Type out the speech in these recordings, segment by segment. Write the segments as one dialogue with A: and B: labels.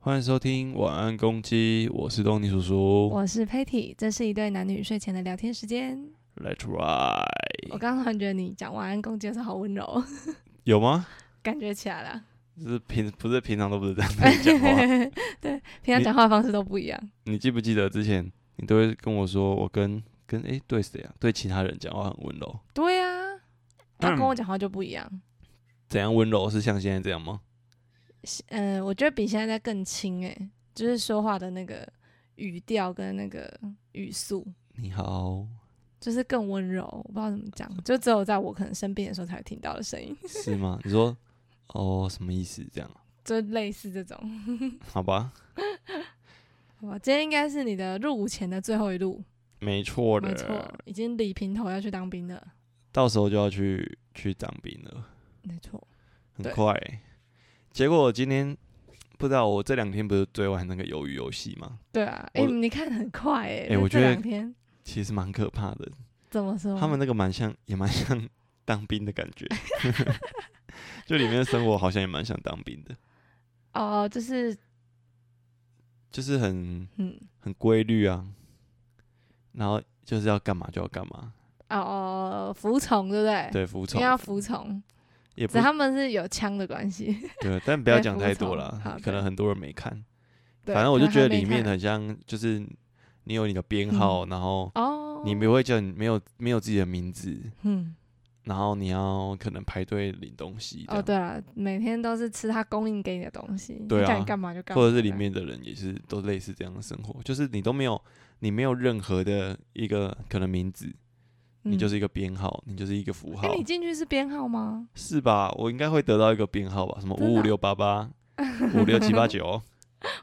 A: 欢迎收听晚安公鸡，我是东尼叔叔。
B: 我是 Patty，这是一对男女睡前的聊天时间。
A: Let's ride，
B: 我刚刚突然觉得你讲晚安公鸡的时候好温柔，
A: 有吗？
B: 感觉起来了。
A: 就是平不是平常都不是这样跟你讲 话。
B: 对，平常讲话方式都不一样。
A: 你记不记得之前你都会跟我说，我跟跟诶对谁啊？对其他人讲话很温柔，
B: 对啊，他跟我讲话就不一样。
A: 怎样温柔？是像现在这样吗？
B: 嗯、我觉得比现在在更轻诶、就是说话的那个语调跟那个语速，
A: 你好，
B: 就是更温柔。我不知道怎么讲，就只有在我可能生病的时候才会听到的声音，
A: 是吗？你说哦，什么意思？这样
B: 就类似这种。
A: 好吧？
B: 好吧，今天应该是你的入伍前的最后一路，
A: 没错
B: 没错
A: 的，，
B: 已经理平头要去当兵了，
A: 到时候就要去去当兵了。
B: 没错。
A: 很
B: 对
A: 快欸、结果我今天不知道，我这两天不是追玩那个鱿鱼游戏吗？
B: 对啊，
A: 我
B: 哎、你看很快哎、
A: 哎
B: 那
A: 我
B: 这
A: 觉得
B: 两天
A: 其实蛮可怕的，
B: 怎么说？
A: 他们那个蛮像，也蛮像 当兵的感 觉。就里面的生活好像也蛮像当兵的，
B: 哦、就是
A: 就是很
B: 嗯，
A: 很规律啊，然后就是要干嘛就要干嘛，
B: 哦、哦，服从对不对？，
A: 对，服
B: 应
A: 从
B: 该要服从，
A: 也
B: 只
A: 不
B: 是他们是有枪的 关系。
A: 对，但不要
B: 对
A: 讲
B: 服
A: 太多
B: 从
A: 了
B: 好，
A: 可能
B: 对
A: 很多人没看。
B: 对
A: 反正我就
B: 可能
A: 觉得
B: 还没
A: 里面
B: 看
A: 很像，就是你有你的编
B: 嗯
A: 号，然后
B: 哦，
A: 你不会叫你没有没有自己的名字，
B: 嗯
A: 然后你要可能排队领东西这
B: 哦，
A: 样，
B: 对了，每天都是吃他供应给你的东西，
A: 对
B: 他
A: 啊
B: 叫你干嘛就干嘛，。
A: 或者是里面的人也是都类似这样的生活，就是你都没有你没有任何的一个可能名字，你就是是一个编号，你就是一个符号，
B: 哎、嗯你进去是编号吗？
A: 是吧？我应该会得到一个编号吧，什么
B: 真
A: 五五
B: 的哦
A: 六八 八、五六七八九，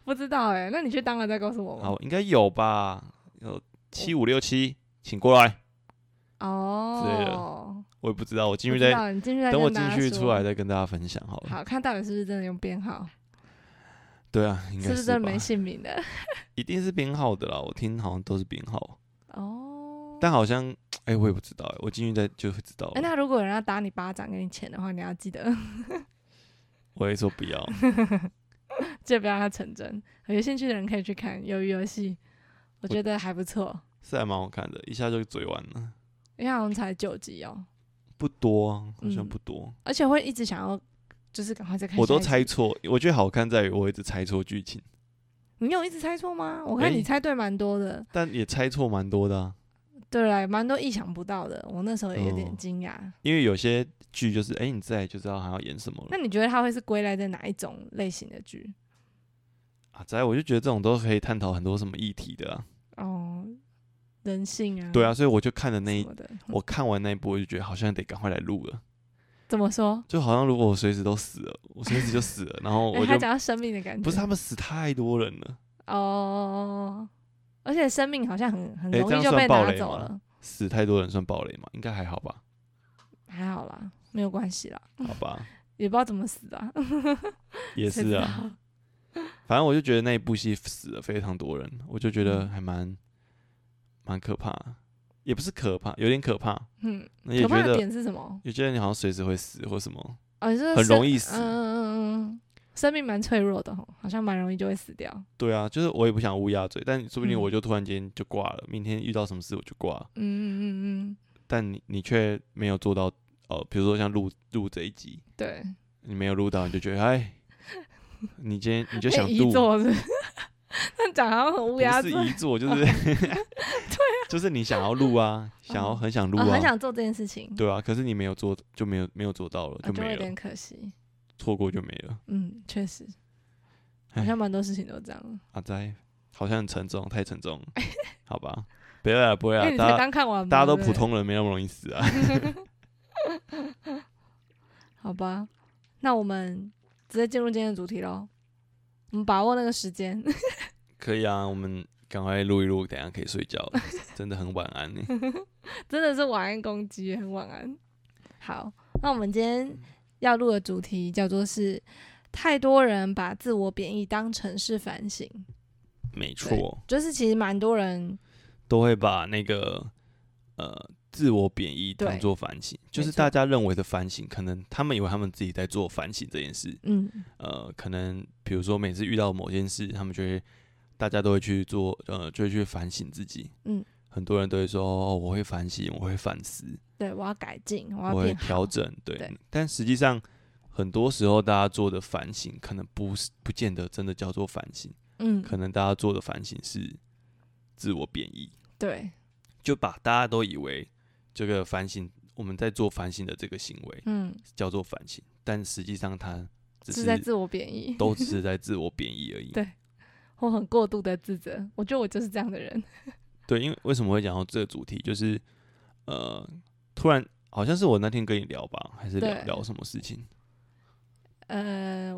B: 不知道哎、那你去当了再告诉我吗？
A: 好，应该有吧？有七五六七，请过来。类的
B: 哦，
A: 我也不知道，我进
B: 不
A: 去
B: 知
A: 再
B: 道你进去再
A: 等我
B: 跟
A: 进
B: 大家
A: 去
B: 说
A: 出来，再跟大家分享好了。
B: 好看到底是不是真的用编号，
A: 对啊，应该
B: 不是真的
A: 吧
B: 没姓名的？
A: 一定是编号的啦，我听好像都是编号，
B: 哦，
A: 但好像哎、我也不知道、哎，我进去再就会知道了。
B: 哎、那如果有人要打你巴掌给你钱的话，你要记得，
A: 我会说不要，
B: 就不要让它成真。有兴趣的人可以去看《鱿鱼游戏》，我觉得还不错。
A: 是还蛮好看的，一下就追完了，
B: 因为好像才九集哦，
A: 不多啊，好像
B: 嗯
A: 不多，
B: 而且会一直想要，就是赶快再看下一集。
A: 我都猜错。我觉得好看在于我一直猜错剧情，
B: 你有一直猜错吗？我看
A: 哎
B: 你猜对蛮多的，
A: 但也猜错蛮多的、啊，
B: 对啦，蛮多意想不到的。我那时候也有
A: 哦
B: 点惊讶。
A: 因为有些剧就是哎、你在就知道还要演什么
B: 那
A: 了
B: 你觉得它会是归类在哪一种类型的剧？
A: 啊。在我就觉得这种都可以探讨很多什么议题的、啊，
B: 哦，人性啊，
A: 对啊，，所以我就看了那
B: 什
A: 一
B: 么，的。
A: 我看完那一部我就觉得好像得赶快来录了。
B: 怎么说？
A: 就好像如果我随时都死了，我随时就死 了，然后
B: 哎
A: 我就
B: 他讲到生命的感觉，
A: 不是他们死太多人了，
B: 哦，而且生命好像很很
A: 诶
B: 容
A: 这样
B: 易就
A: 算
B: 被
A: 暴
B: 拿
A: 雷
B: 走
A: 吗
B: 了，
A: 死太多人算暴雷吗？应该还好吧，
B: 还好啦，没有关系啦，
A: 好吧，
B: 也不知道怎么死的、啊，
A: 也
B: 谁
A: 是
B: 知
A: 啊。
B: 道，
A: 反正我就觉得那一部戏死了非常多人，我就觉得
B: 嗯
A: 还蛮蛮可怕，也不是可怕，有点可怕。
B: 嗯，
A: 那也
B: 可
A: 觉
B: 怕的
A: 得
B: 点是什么？
A: 也觉得你好像随时会死或什么，
B: 啊，就是
A: 很
B: 生
A: 容易死
B: 嗯嗯嗯嗯，生命蛮脆弱的吼，好像蛮容易就会死掉，
A: 对啊，就是我也不想乌鸦嘴，但说不定
B: 嗯
A: 我就突然间就挂了，明天遇到什么事我就挂了，
B: 嗯嗯嗯
A: 但你你却没有做到，呃，比如说像录录这一集，
B: 嗯，对，
A: 你没有录到，你就觉得哎，你今 天你就想
B: 被
A: 录
B: 遗，作是不是，那讲好像很哎乌
A: 不
B: 鸦
A: 是
B: 嘴，
A: 遗作，就是 对、 就是你想要录啊，想要
B: 嗯
A: 很想录
B: 啊，
A: 啊，
B: 很想做这件事情，
A: 对啊，可是你没有做，就没有没有做到了，
B: 啊，就
A: 没
B: 有
A: 了，
B: 点可惜，
A: 错过就没了。
B: 嗯，确实，好
A: 唉
B: 像蛮多事情都这样，
A: 阿仔好像很沉重，太沉重了，好吧，不要啦，不
B: 因
A: 要
B: 为
A: 啦，
B: 你
A: 大
B: 才
A: 家
B: 刚看完嘛，
A: 大家都
B: 对
A: 普
B: 不对
A: 通人，没那么容易死啊。
B: 好吧，那我们直接进入今天的主题喽。我们把握那个时间，
A: 可以啊，我们赶快录一录，等一下可以睡觉了，真的很晚 安呢。
B: 真的是晚安公鸡，很晚安。好，那我们今天要录的主题叫做是太多人把自我贬义当成是反省，
A: 没错，
B: 就是其实蛮多人
A: 都会把那个呃自我贬义当
B: 对
A: 做反省，就是
B: 错
A: 大家认为的反省，可能他们以为他们自己在做反省这件事。
B: 嗯，
A: 呃，可能比如说每次遇到某件事，他们就会大家都会去做，呃，就会去反省自己。
B: 嗯，
A: 很多人都会说、哦、我会反省，我会反思，
B: 对，我要改进，我
A: 我
B: 要
A: 会
B: 变好
A: 调。整。对，
B: 对
A: 但实际上很多时候大家做的反省，可能不是不见得真的叫做反省，
B: 嗯，
A: 可能大家做的反省是自我贬义。
B: 对，
A: 就把大家都以为这个反省，我们在做反省的这个行为
B: 嗯，
A: 叫做反省，但实际上它只
B: 是在
A: 是
B: 自我贬义，
A: 都只是在自我贬义而已。
B: 对或很过度的自责。我觉得我就是这样的人。
A: 对，因为为什么会讲到这个主题，就是呃，突然好像是我那天跟你聊吧，还是聊
B: 对
A: 聊什么事情？
B: 呃，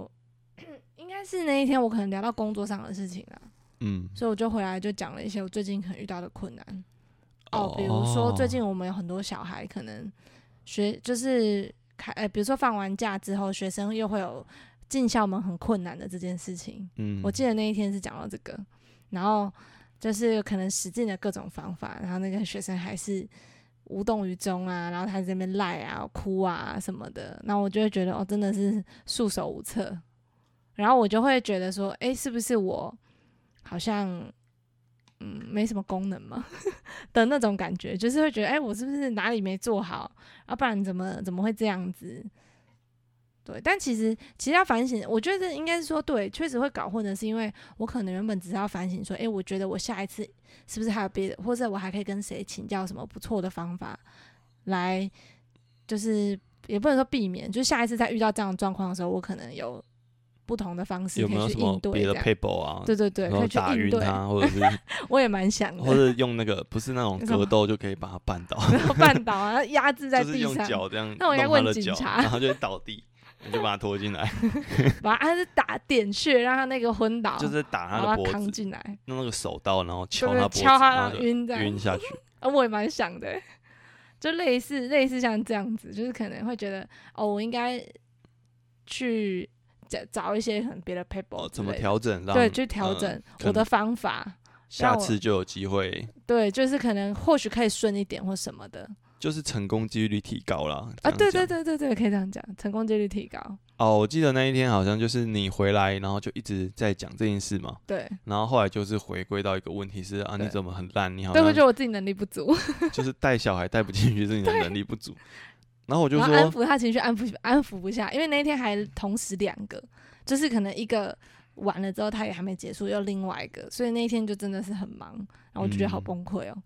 B: 应该是那一天我可能聊到工作上的事情啊了，
A: 嗯，
B: 所以我就回来就讲了一些我最近可能遇到的困难。哦，比如说最近我们有很多小孩可能学就是开，呃，比如说放完假之后，学生又会有进校门很困难的这件事情。
A: 嗯，
B: 我记得那一天是讲到这个，然后就是可能使尽了各种方法，然后那个学生还是无动于衷啊，然后他在那边赖啊、哭啊什么的，那我就会觉得哦，真的是束手无策，然后我就会觉得说，诶，是不是我好像嗯没什么功能嘛 的那种感觉，就是会觉得，诶，我是不是哪里没做好，啊，不然怎么怎么会这样子？对，但其实其实要反省，我觉得应该是说，对，确实会搞混的是，因为我可能原本只是要反省说，诶，我觉得我下一次是不是还有别的，或者我还可以跟谁请教什么不错的方法，来就是也不能说避免，就下一次再遇到这样的状况的时候，我可能有不同的方式
A: 有
B: 可
A: 没
B: 以
A: 有
B: 去
A: 什么
B: 应对
A: 别
B: 这
A: 的
B: 样。
A: paper 啊？
B: 对对对，
A: 然
B: 可
A: 后
B: 以去
A: 打
B: 应
A: 晕
B: 对。
A: 他，或者 是
B: 我也蛮想
A: 或
B: 的，
A: 者用那个不是那种
B: 那什
A: 格
B: 么
A: 斗就可以把他绊倒，
B: 然后绊倒啊，压制在
A: 就是
B: 地
A: 用
B: 上，
A: 脚这样弄
B: 那我应该
A: 他
B: 问
A: 的
B: 警
A: 脚，
B: 察
A: 然后就会倒地，你就把他拖进 来，
B: 把他是打点穴，让他那个昏倒，
A: 就是打他
B: 然
A: 的
B: 后
A: 脖
B: 他扛
A: 子，
B: 进来，
A: 用那个手刀，然后
B: 对
A: 敲
B: 不
A: 他
B: 对？
A: 脖子，
B: 敲他
A: 然
B: 让
A: 后
B: 他
A: 就
B: 晕这样
A: 晕。下去。
B: 啊，我也蛮想的欸，就类似类似像这样子，就是可能会觉得哦，我应该去找找一些很别的 paper
A: 哦，
B: 之
A: 怎么
B: 类的、
A: 调整？让
B: 对，去调
A: 呃
B: 整
A: 可
B: 我的
A: 能
B: 方法，
A: 下
B: 让我
A: 次就有机会，
B: 对，就是可能或许可以顺一点或什么的
A: 就是成功几率提高啦。这
B: 啊，
A: 样
B: 对对
A: 讲
B: 对对对，可以这样讲，成功几率提高，
A: 哦，我记得那一天好像就是你回来，然后就一直在讲这件事嘛，
B: 对，
A: 然后后来就是回归到一个问题是啊，你
B: 对
A: 怎么很烂？你好
B: 对，我
A: 像
B: 觉得我自己能力不足，
A: 就是带小孩带不进去，是你的能力不 足。然后我就
B: 然后
A: 说，
B: 安抚他情绪，安抚安抚不下，因为那一天还同时两个，就是可能一个完了之后，他也还没结束，又另外一个，所以那一天就真的是很忙，然后我就觉得好
A: 嗯
B: 崩溃哦。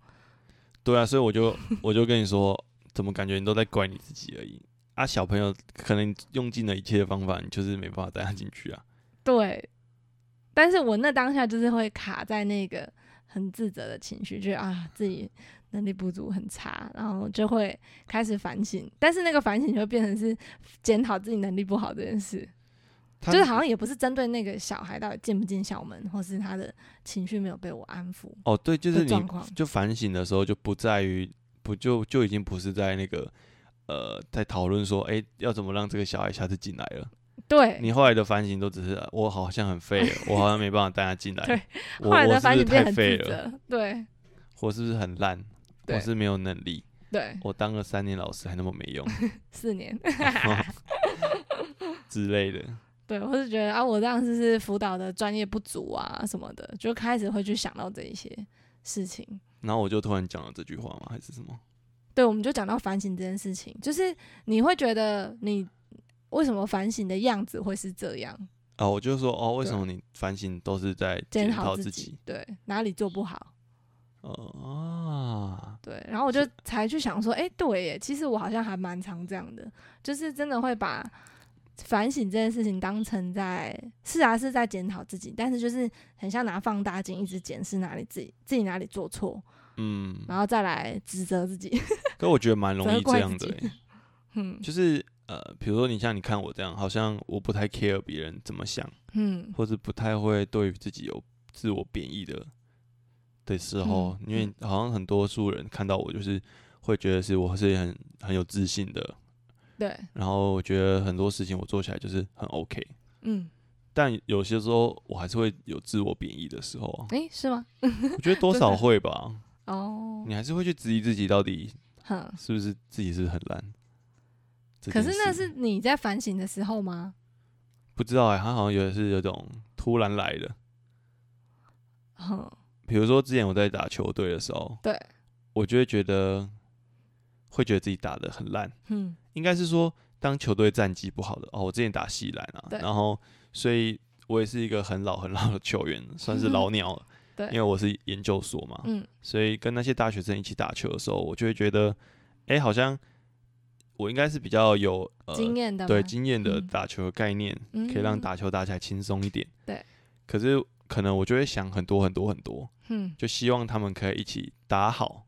A: 对啊，所以我就 我就跟你说，怎么感觉你都在怪你自己而已啊？小朋友可能用尽了一切的方法，你就是没办法带他进去啊。
B: 对，但是我那当下就是会卡在那个很自责的情绪，就是啊自己能力不足很差，然后就会开始反省，但是那个反省就会变成是检讨自己能力不好这件事，
A: 他
B: 就是好像也不是针对那个小孩到底进不进校门，或是他的情绪没有被我安抚
A: 哦，对，就是
B: 的
A: 你
B: 状况。
A: 就反省的时候，就不在于不就就已经不是在那个呃，在讨论说，哎、要怎么让这个小孩下次进来了。
B: 对，
A: 你后来的反省都只是，呃我好像很废，我好像没办法带他进来，
B: 对
A: 我
B: 后来的
A: 我是
B: 反
A: 不是
B: 省变
A: 太
B: 很
A: 废
B: 自
A: 了，
B: 责， 对
A: 我是不是很烂，我
B: 对
A: 是没有能力，
B: 对，
A: 我当了三年老师还那么没 用
B: 四年，
A: 之类的。
B: 对，我是觉得啊，我当时是辅导的专业不足啊什么的，就开始会去想到这一些事情。
A: 然后我就突然讲了这句话嘛，还是什么？
B: 对，我们就讲到反省这件事情，就是你会觉得你为什么反省的样子会是这样，
A: 啊，我就说哦，为
B: 对
A: 什么你反省都是在
B: 检
A: 讨
B: 讨
A: 自
B: 己，？对，哪里做不好，
A: 哦、啊，
B: 对，然后我就才去想说，哎、对耶，其实我好像还蛮常这样的，就是真的会把反省这件事情当成在是啊是在检讨自己，但是就是很像拿放大镜一直检视哪里自己自己哪里做错，
A: 嗯，
B: 然后再来指责自己，
A: 可我觉得蛮容
B: 责
A: 易这
B: 怪
A: 样
B: 自
A: 的
B: 己
A: 欸、
B: 嗯
A: 就是呃，比如说你像你看我这样，好像我不太 care 别人怎么想，
B: 嗯，
A: 或者不太会对于自己有自我贬义的的时候，
B: 嗯
A: 因为好像很多数人看到我就是会觉得是我是很很有自信的，
B: 对，
A: 然后我觉得很多事情我做起来就是很 OK，
B: 嗯，
A: 但有些时候我还是会有自我贬义的时候啊，
B: 诶，是吗？
A: 我觉得多
B: 真的
A: 少会吧，
B: 哦，
A: 嗯你还是会去质疑自己到底
B: 哼。
A: 是不是自己是不是很烂？这
B: 可
A: 件
B: 是那
A: 事
B: 是你在反省的时候吗？
A: 不知道哎、他好像有的是有种突然来的。
B: 哼，
A: 比如说之前我在打球队的时候，
B: 对，
A: 我就会觉得会觉得自己打的很烂，
B: 嗯，
A: 应该是说当球队战绩不好的哦，我之前打西兰啊，
B: 对。
A: 然后所以我也是一个很老很老的球员，算是老鸟了
B: 对
A: 因为我是研究所嘛，
B: 嗯，
A: 所以跟那些大学生一起打球的时候，我就会觉得，哎、好像我应该是比较有呃
B: 经验的
A: 对
B: 吗
A: 经验的
B: 嗯
A: 打球的概念，可以让
B: 嗯
A: 打球打起来轻松一点。
B: 对，
A: 可是可能我就会想很多很多很多，
B: 嗯
A: 就希望他们可以一起打好。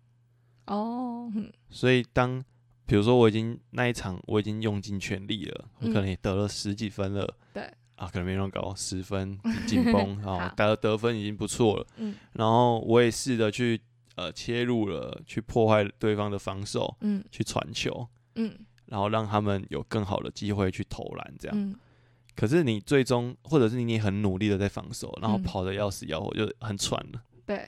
B: 哦，嗯
A: 所以当比如说我已经那一场我已经用尽全力了，我
B: 嗯
A: 可能也得了十几分了，
B: 对
A: 啊，可能没那么高，十 分紧绷，然后
B: 好
A: 得得分已经不错了，
B: 嗯
A: 然后我也试着去呃切入了，去破坏对方的防守，
B: 嗯
A: 去传球，
B: 嗯
A: 然后让他们有更好的机会去投篮，这样。
B: 嗯
A: 可是你最终，或者是你也很努力的在防守，然后
B: 嗯
A: 跑的要死要活，就很喘了，
B: 对，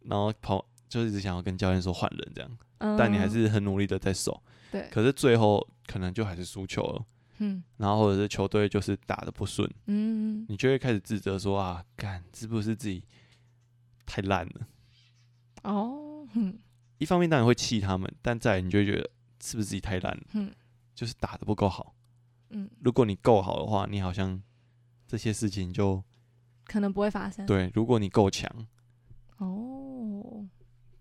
A: 然后跑就是一直想要跟教练说换人这样，
B: 嗯
A: 但你还是很努力的在守，
B: 对，
A: 可是最后可能就还是输球了，
B: 嗯
A: 然后或者是球队就是打的不顺，
B: 嗯
A: 你就会开始自责说啊，干是不是自己太烂了？
B: 哦，嗯
A: 一方面当然会气他们，但再来你就会觉得是不是自己太烂了，
B: 嗯
A: 就是打的不够好。
B: 嗯，
A: 如果你够好的话，你好像这些事情就
B: 可能不会发生。
A: 对；如果你够强，
B: 哦，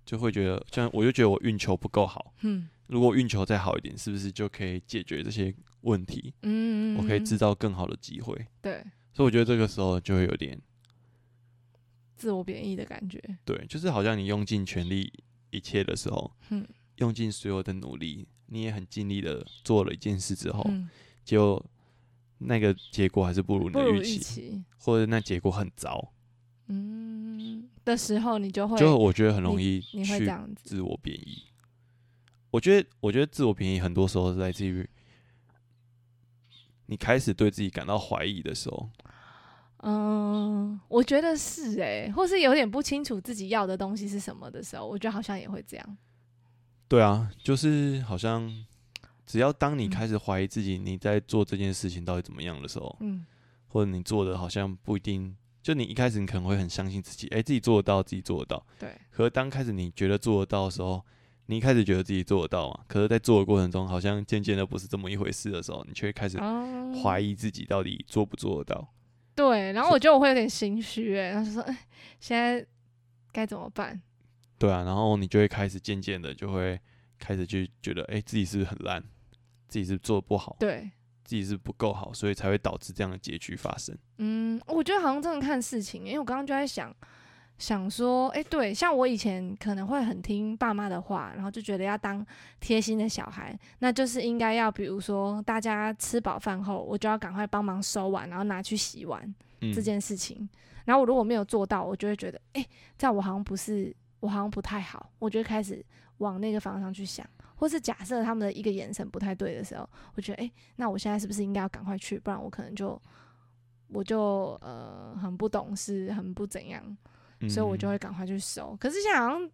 A: 就会觉得，像我就觉得我运球不够好。
B: 嗯
A: 如果运球再好一点，是不是就可以解决这些问题？
B: 嗯，
A: 我可以
B: 嗯
A: 制造更好的机会。
B: 对
A: 所以我觉得这个时候就会有点
B: 自我贬义的感觉。
A: 对，就是好像你用尽全力一切的时候，
B: 嗯
A: 用尽所有的努力，你也很尽力的做了一件事之后，
B: 嗯，
A: 结果那个结果还是不如你
B: 不
A: 的
B: 如
A: 预
B: 预
A: 期，
B: 期。
A: 或者那结果很糟，
B: 嗯的时候，你就会
A: 就我觉得很容易
B: 你会这
A: 去
B: 样子。
A: 自我贬义。我觉得，我觉得自我贬义很多时候是来自于你开始对自己感到怀疑的时候，
B: 嗯，我觉得是哎、或是有点不清楚自己要的东西是什么的时候，我觉得好像也会这样。
A: 对啊，就是好像只要当你
B: 嗯
A: 开始怀疑自己你在做这件事情到底怎么样的时候，
B: 嗯
A: 或者你做的好像不一定，就你一开始你可能会很相信自己，哎、自己做得到，自己做得到。
B: 对，
A: 可是当开始你觉得做得到的时候，你一开始觉得自己做得到嘛，可是在做的过程中，好像渐渐的不是这么一回事的时候，你却开始
B: 哦
A: 怀疑自己到底做不做得到。
B: 对，然后
A: 是
B: 我觉得我会有点心虚哎、然后就说哎，现在该怎么办？
A: 对啊，然后你就会开始渐渐的就会开始去觉得，哎、自己是不是很烂，自己是不是做的不好，
B: 对，
A: 自己是不是不够好，所以才会导致这样的结局发生。
B: 嗯，我觉得好像真的看事情，因为我刚刚就在想，想说，哎、对，像我以前可能会很听爸妈的话，然后就觉得要当贴心的小孩，那就是应该要，比如说大家吃饱饭后，我就要赶快帮忙收碗，然后拿去洗碗
A: 嗯
B: 这件事情。然后我如果没有做到，我就会觉得，哎、这样我好像不是，我好像不太好，我就会开始往那个方向去想。或是假设他们的一个眼神不太对的时候，我觉得，哎、那我现在是不是应该要赶快去？不然我可能就我就呃很不懂事，很不怎样，所以我就
A: 嗯
B: 会赶快去收。可是现在好像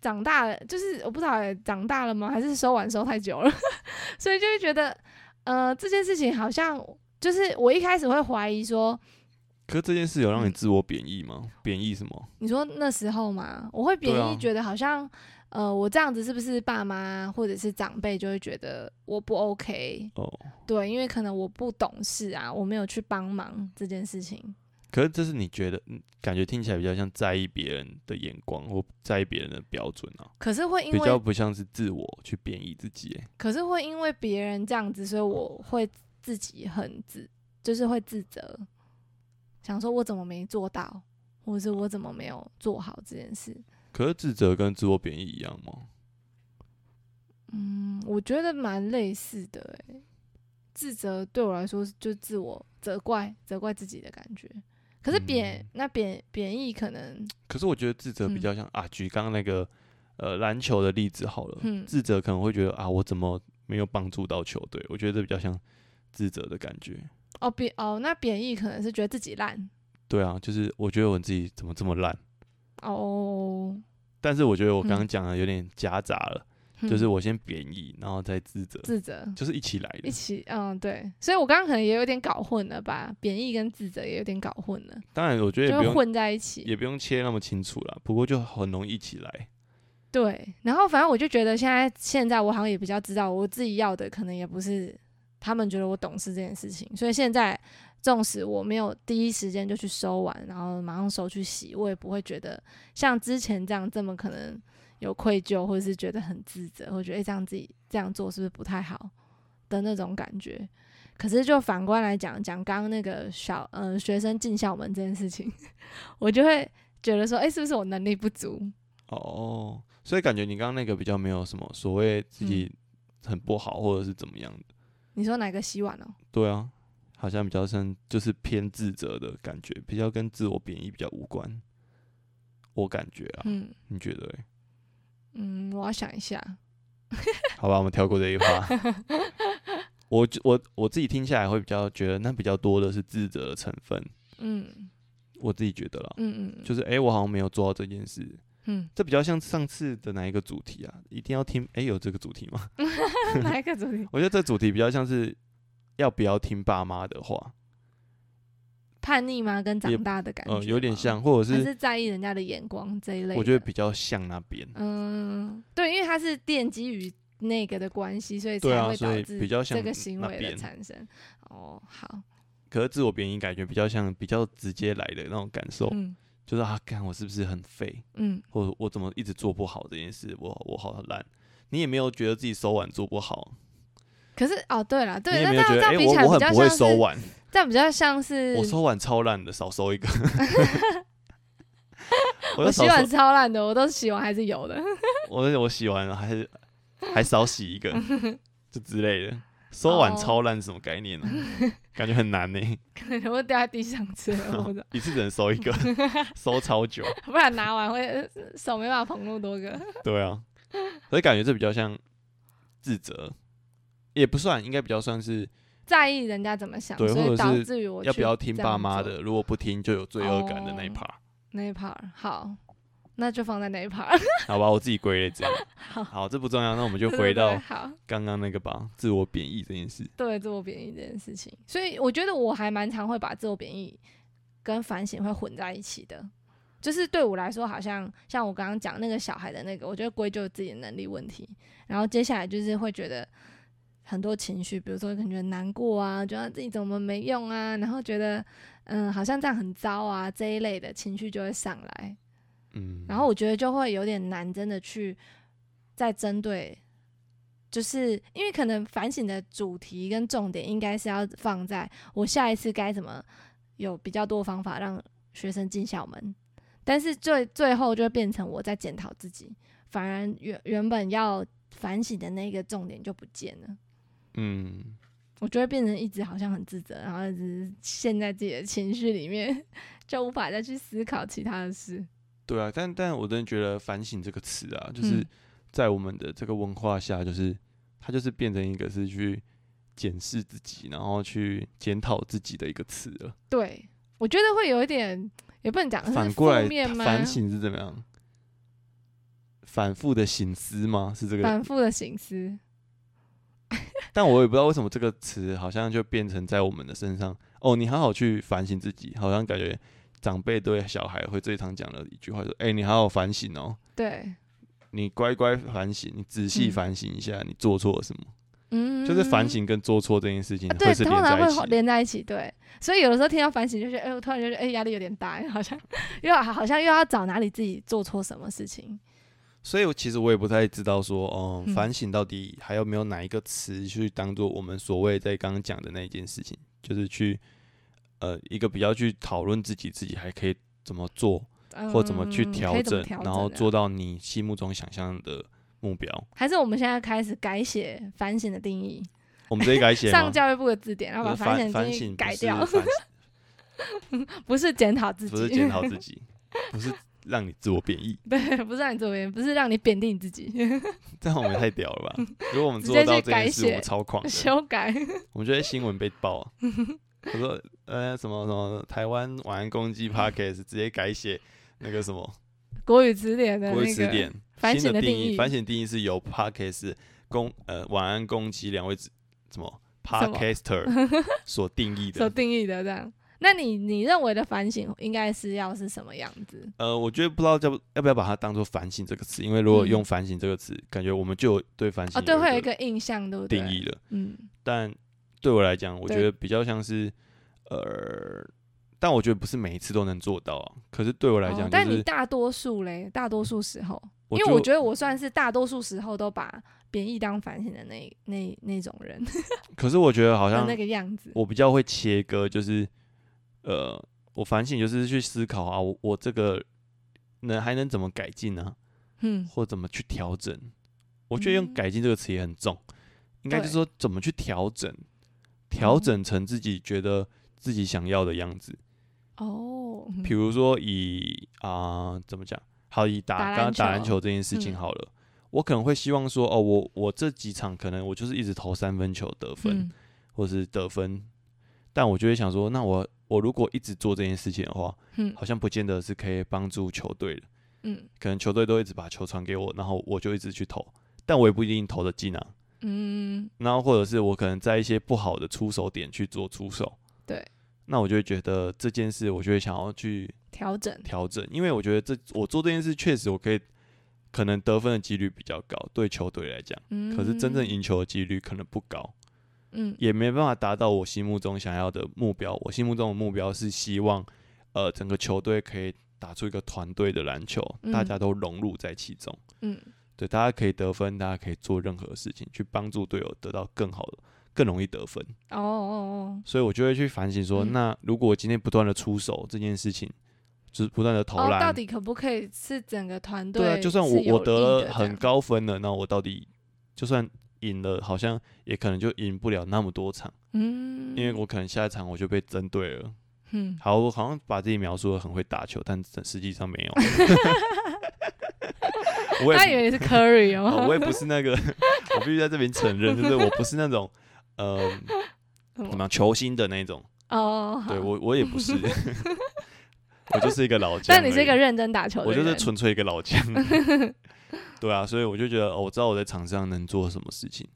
B: 长大了，就是我不知道、欸、长大了吗？还是收完收太久了， 所以就会觉得呃这件事情好像就是我一开始会怀疑说，
A: 可是这件事有让你
B: 嗯
A: 自我贬义吗？贬义什么？
B: 你说那时候嘛，我会贬
A: 对啊
B: 义觉得好像、呃我这样子是不是爸妈或者是长辈就会觉得我不 OK？
A: 哦，
B: 对，因为可能我不懂事啊，我没有去帮忙这件事情。
A: 可是这是你觉得，嗯感觉听起来比较像在意别人的眼光或在意别人的标准啊，
B: 可是会因
A: 比
B: 为
A: 较不像是自我去贬义自己欸。
B: 可是会因为别人这样子，所以我会自己很自，就是会自责，想说我怎么没做到，或者是我怎么没有做好这件事。
A: 可是自责跟自我贬义一样吗？
B: 嗯，我觉得蛮类似的诶、自责对我来说就自我责怪、责怪自己的感觉。可是贬、
A: 嗯
B: 那贬贬义可能，
A: 可是我觉得自责比
B: 嗯
A: 较像、啊，举刚刚那个呃篮球的例子好了，
B: 嗯
A: 自责可能会觉得啊，我怎么没有帮助到球队？我觉得这比较像自责的感觉。
B: 哦贬哦那贬义可能是觉得自己烂
A: 对啊，就是我觉得我自己怎么这么烂，
B: 哦，
A: 但是我觉得我刚
B: 嗯
A: 刚讲的有点夹杂了。就是我先贬义，然后再自责，
B: 自责
A: 就是一起来的
B: 一。起，嗯，对，所以我刚刚可能也有点搞混了吧，贬义跟自责也有点搞混了，
A: 当然，我觉得也
B: 就
A: 不
B: 会
A: 用
B: 混在一起。
A: 也不用切那么清楚啦，不过就很容易一起来。
B: 对，然后反正我就觉得现在现在我好像也比较知道我自己要的，可能也不是他们觉得我懂事这件事情，所以现在纵使我没有第一时间就去收完，然后马上收去洗，我也不会觉得像之前这样这么可能有愧疚，或者是觉得很自责，或者觉得、诶这样自己这样做是不是不太好的那种感觉。可是就反观来讲，讲刚刚那个小呃学生进校门这件事情， 我就会觉得说，诶，是不是我能力不足？
A: 哦，所以感觉你刚刚那个比较没有什么所谓自己
B: 嗯
A: 很不好或者是怎么样的。
B: 你说哪个洗碗哦？
A: 对啊，好像比较像就是偏自责的感觉，比较跟自我贬义比较无关。我感觉啊，
B: 嗯
A: 你觉得、欸？
B: 嗯，我要想一下。
A: 好吧，我们跳过这一趴。 我觉我我自己听下来会比较觉得那比较多的是自责的成分，
B: 嗯
A: 我自己觉得啦，
B: 嗯嗯，
A: 就是诶，我好像没有做到这件事，
B: 嗯
A: 这比较像上次的哪一个主题啊？一定要听诶，有这个主题吗？
B: 哪一个主题？
A: 我觉得这主题比较像是要不要听爸妈的话，
B: 叛逆吗？跟长大的感觉吗、
A: 嗯，有点像，或者
B: 还
A: 是
B: 是在意人家的眼光这一类的。
A: 我觉得比较像那边，
B: 嗯，对，因为它是奠基于那个的关系，所以才
A: 对啊
B: 会导
A: 所以
B: 致
A: 比较像
B: 这个行
A: 那
B: 为的
A: 边
B: 产生。哦，好，
A: 可是自我贬义感觉比较像比较直接来的那种感受，
B: 嗯
A: 就是啊，看我是不是很废，
B: 嗯
A: 或者我怎么一直做不好这件事，我我好烂。你也没有觉得自己收碗做不好，
B: 可是哦，对了，
A: 你
B: 对，
A: 也
B: 那
A: 没有
B: 这样
A: 觉
B: 这
A: 得哎、
B: 样比起来
A: 我我
B: 比
A: 很
B: 较
A: 不会
B: 像是，嗯
A: 收碗，
B: 这样比较像是
A: 我收碗超烂的，少收 一个。我
B: 我
A: 就少
B: 洗碗
A: 收，
B: 超烂的，我都洗碗还是有的。
A: 我我洗完了还是还少洗 一个，就之类的。收碗
B: 哦
A: 超烂是什么概念呢、感觉很难呢、
B: 可能会掉在地上之类 的，我不知道
A: 一次只能收一 个，收超久。
B: 不然拿完会 手没办法捧那么多个。
A: 对啊，所以感觉这比较像自责，也不算，应该比较算是
B: 在意人家怎么想，
A: 对
B: 所
A: 或者
B: 以导
A: 是
B: 致于我
A: 要
B: 去
A: 不要听
B: 这
A: 爸
B: 样
A: 妈
B: 做
A: 的，如果不听就有罪恶感的那一
B: 哦
A: part。
B: 那一 part。好，那就放在那一 part。
A: 好吧，我自己归类这样。
B: 好，
A: 好，这不重要，那我们就
B: 这是
A: 回
B: 不太
A: 到
B: 好
A: 刚刚那个吧，自我贬义这件事。
B: 对自我贬义这件事情，所以我觉得我还蛮常会把自我贬义跟反省会混在一起的。就是对我来说，好像像我刚刚讲那个小孩的那个，我觉得归咎自己的能力问题，然后接下来就是会觉得很多情绪，比如说可能觉得难过啊，觉得自己怎么没用啊，然后觉得嗯好像这样很糟啊这一类的情绪就会上来，
A: 嗯，
B: 然后我觉得就会有点难，真的去再针对，就是因为可能反省的主题跟重点应该是要放在我下一次该怎么有比较多方法让学生进校门，但是最最后就会变成我在检讨自己，反而原原本要反省的那个重点就不见了。
A: 嗯，
B: 我就会变成一直好像很自责，然后一直陷在自己的情绪里面， 就无法再去思考其他的事。
A: 对啊，但但我真的觉得“反省”这个词啊，就是
B: 嗯
A: 在我们的这个文化下，就是它就是变成一个是去检视自己，然后去检讨自己的一个词了。
B: 对，我觉得会有一点，也不能讲
A: 反
B: 是啊负
A: 过来
B: 面吗？
A: 反省是怎么样？反复的醒思吗？是这个？
B: 反复的醒思，
A: 但我也不知道为什么这个词好像就变成在我们的身上。哦，你好好去反省自己，好像感觉长辈对小孩会最常讲的一句话说：“哎、你好好反省哦，
B: 对，
A: 你乖乖反省，你仔细
B: 嗯
A: 反省一下，你做错了什么。
B: 嗯，
A: 就是反省跟做错这件事情
B: 啊。
A: 会
B: 对，
A: 是
B: 通
A: 连在
B: 常
A: 一
B: 会
A: 起的。
B: 连在一起，对。所以有的时候听到反省，就觉得，哎、我突然觉得，哎、压力有点大， 好像又好像又要找哪里自己做错什么事情，
A: 所以我其实我也不太知道说，哦、
B: 嗯
A: 反省到底还有没有哪一个词去当做我们所谓在刚刚讲的那一件事情，就是去呃一个比较去讨论自己自己还可以怎么做
B: 嗯，
A: 或怎么去调
B: 可以怎
A: 整
B: 么，调
A: 然后
B: 啊
A: 做到你心目中想象的目标。
B: 还是我们现在开始改写反省的定义，
A: 我们直 接改写吗
B: 上？教育部的字典，然后
A: 呃
B: 把
A: 反
B: 省
A: 反
B: 定
A: 省
B: 义
A: 不
B: 改
A: 是
B: 掉，
A: 反
B: 不是检讨自己，
A: 不是检讨自己，不是让你自我贬义，
B: 对，不是让你做别人，不是让你贬定你自己，
A: 这样我们也太屌 了吧？如果我们
B: 直
A: 做
B: 接
A: 到
B: 去
A: 这
B: 改
A: 件事，我们
B: 写
A: 超狂 的。
B: 修改。
A: 我觉得新闻被爆、啊，我说 呃什么什么台湾晚安公鸡 p o c k e t 直接改写那个什么
B: 国语词典的
A: 国语
B: 那
A: 词
B: 个
A: 典
B: 反
A: 新
B: 省
A: 的
B: 定
A: 义，
B: 义，
A: 反省定义是由 podcast 攻呃晚安攻击两位子什么
B: 什么
A: podcaster 所定义
B: 所
A: 的。
B: 定义的这样。那你你认为的反省应该是要是什么样子？
A: 呃，我觉得不知道要要不要把它当做反省这个词，因为如果
B: 嗯
A: 用反省这个词，感觉我们就有对反省
B: 哦，对，会有
A: 有
B: 一个印象，对不对？
A: 定义了。
B: 嗯，
A: 但对我来讲，我觉
B: 对
A: 得比较像是呃，但我觉得不是每一次都能做到啊。可是对我来
B: 哦
A: 讲，就
B: 但你
A: 是
B: 大多数嘞，大多数时候，因为
A: 就
B: 我觉得我算是大多数时候都把贬义当反省的那那那种人的
A: 可是我觉得好像
B: 那个样子。
A: 我比较会切割，就是呃，我反省就是去思考啊，我我这个能还能怎么改进呢、
B: 嗯，
A: 或怎么去调整？我觉得用“
B: 嗯
A: 改进”这个词也很重，应该就是
B: 对
A: 说怎么去调整，调
B: 哦
A: 整成自己觉得自己想要的样子。
B: 哦，
A: 比如说以啊、怎么讲？好，以打
B: 打
A: 刚
B: 篮
A: 刚打篮
B: 球
A: 球这件事情
B: 嗯
A: 好了，我可能会希望说，哦，我我这几场可能我就是一直投三分球得分，
B: 嗯
A: 或是得分，但我就会想说，那我我如果一直做这件事情的话，
B: 嗯
A: 好像不见得是可以帮助球队的。
B: 嗯
A: 可能球队都一直把球传给我，然后我就一直去投，但我也不一定投得进啊。
B: 嗯，
A: 然后或者是我可能在一些不好的出手点去做出手，
B: 对，
A: 那我就会觉得这件事，我就会想要去
B: 调整。
A: 调整，因为我觉得这我做这件事确实我可以，可能得分的几率比较高，对球队来讲，
B: 嗯，
A: 可是真正赢球的几率可能不高。
B: 嗯
A: 也没办法达到我心目中想要的目标。我心目中的目标是希望，呃，整个球队可以打出一个团队的篮球，
B: 嗯
A: 大家都融入在其中。
B: 嗯
A: 对，大家可以得分，大家可以做任何事情去帮助队友得到更好的、更容易得分。
B: 哦哦
A: 所以我就会去反省说，
B: 嗯
A: 那如果我今天不断的出手这件事情，就是不断的
B: 哦，
A: 投
B: 哦，
A: 篮，
B: 到底可不可以是整个团队
A: 对
B: 是有
A: 啊，
B: 利的
A: 就
B: 这
A: 算
B: 样？
A: 我我得了很高分了，那我到底就算赢了，好像也可能就赢不了那么多场，
B: 嗯，
A: 因为我可能下一场我就被针对了。
B: 嗯，
A: 好，我好像把自己描述的很会打球，但实际上没 有。我
B: 他以
A: 也
B: 为是 Curry
A: 不、
B: 哦，
A: 哦我也不是那个，我必须在这边承认，就是我不是那种，呃，
B: 什
A: 怎
B: 么
A: 么样球星的那种，
B: 哦，
A: 对
B: 好，
A: 我我也不 是， 我就是一个老将而已。
B: 但你是一个认真打球的
A: 我
B: 人，
A: 就是纯粹一个老 将。对啊，所以我就觉得，哦，我知道我在场上能做什么事情，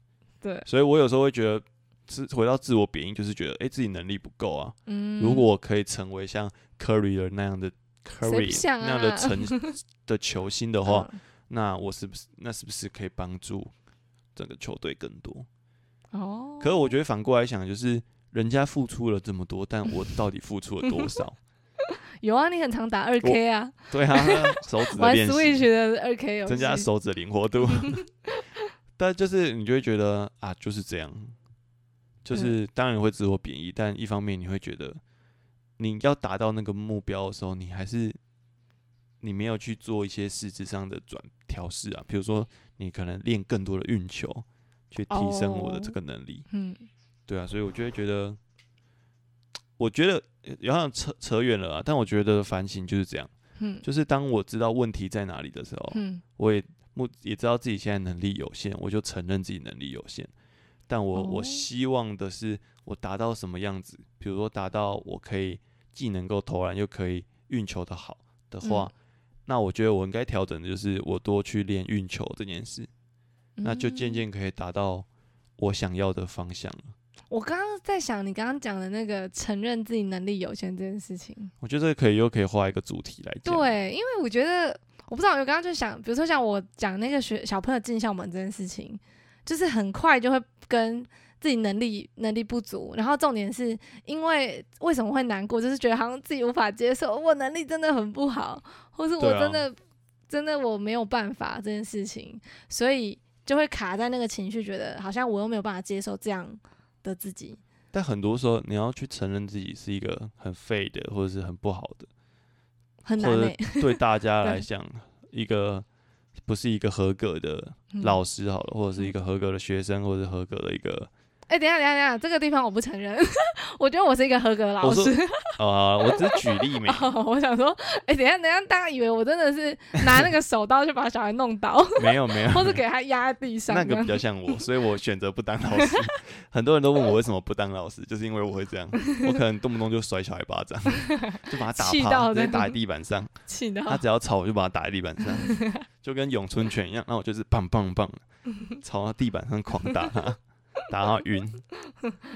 B: 对，
A: 所以我有时候会觉得，是回到自我贬义，就是觉得，哎、自己能力不够啊，
B: 嗯，
A: 如果我可以成为像 Curry 的那样的
B: 谁
A: Curry、
B: 不想啊嗯
A: 那样的 成的球星的
B: 的
A: 话，，那我是不是那是不是可以帮助整个球队更多？
B: 哦，
A: 可是我觉得反过来想，就是人家付出了这么多，但我到底付出了多少？
B: 有啊，你很常打二 K 啊，
A: 对啊，手指的
B: 玩
A: 练
B: Switch
A: 习
B: 的二 K 游戏，
A: 增加手指的灵活度，但就是你就会觉得啊，就是这样，就是当然会自我贬义，但一方面你会觉得你要达到那个目标的时候，你还是你没有去做一些实质上的转调试啊，比如说你可能练更多的运球，去提升我的这个能力，
B: 嗯，
A: 对啊，所以我就会觉得，我觉得然后扯扯远了啊，但我觉得反省就是这样，
B: 嗯
A: 就是当我知道问题在哪里的时候，
B: 嗯，
A: 我也目也知道自己现在能力有限，我就承认自己能力有限。但我、
B: 哦
A: 我希望的是，我达到什么样子？比如说达到我可以既能够投篮又可以运球的好的话，
B: 嗯
A: 那我觉得我应该调整的就是我多去练运球这件事，那就渐
B: 嗯
A: 渐可以达到我想要的方向了。
B: 我刚刚在想你刚刚讲的那个承认自己能力有限这件事情，
A: 我觉得这个可以又可以画一个主题来讲。，
B: 对，啊因为我觉得我不知道，我刚刚就想，比如说像我讲那个学小朋友进校门这件事情，就是很快就会跟自己能力能力不足，然后重点是因为为什么会难过，就是觉得好像自己无法接受，我能力真的很不好，或是
A: 对
B: 我
A: 啊
B: 真的、真的我没有办法这件事情，所以就会卡在那个情绪，觉得好像我又没有办法接受这样的自己，
A: 但很多时候你要去承认自己是一个很废的，或者是很不好的。
B: 很难欸
A: 或者
B: 诶、
A: 对大家
B: 对
A: 来讲，一个不是一个合格的
B: 嗯
A: 老师好了，或者是一个合格的学生，或者是合格的一个
B: 哎、等一下，等一下，等一下，这个地方我不承认，我觉得我是一个合格 的老
A: 我说
B: 师。
A: 啊，我只是举例没，
B: 哦，我想说，哎、等一下，等一下，大家以为我真的是拿那个手刀就把小孩弄 倒，
A: 没有没有，
B: 或是给他压在地上
A: 那
B: 这
A: 个
B: 样
A: 比。较像我，所以我选择不当老师。 很多人都问我为什么不当老师，就是因为我会这样，我可能动不动就甩小孩巴 掌，就把他打
B: 气
A: 趴，
B: 到哦
A: 直接
B: 这样
A: 打在地板上。
B: 气到
A: 他只要吵，我就把他打在地板 上，就跟咏春拳一样。那我就是棒棒棒，吵到地板上狂打他，打到晕。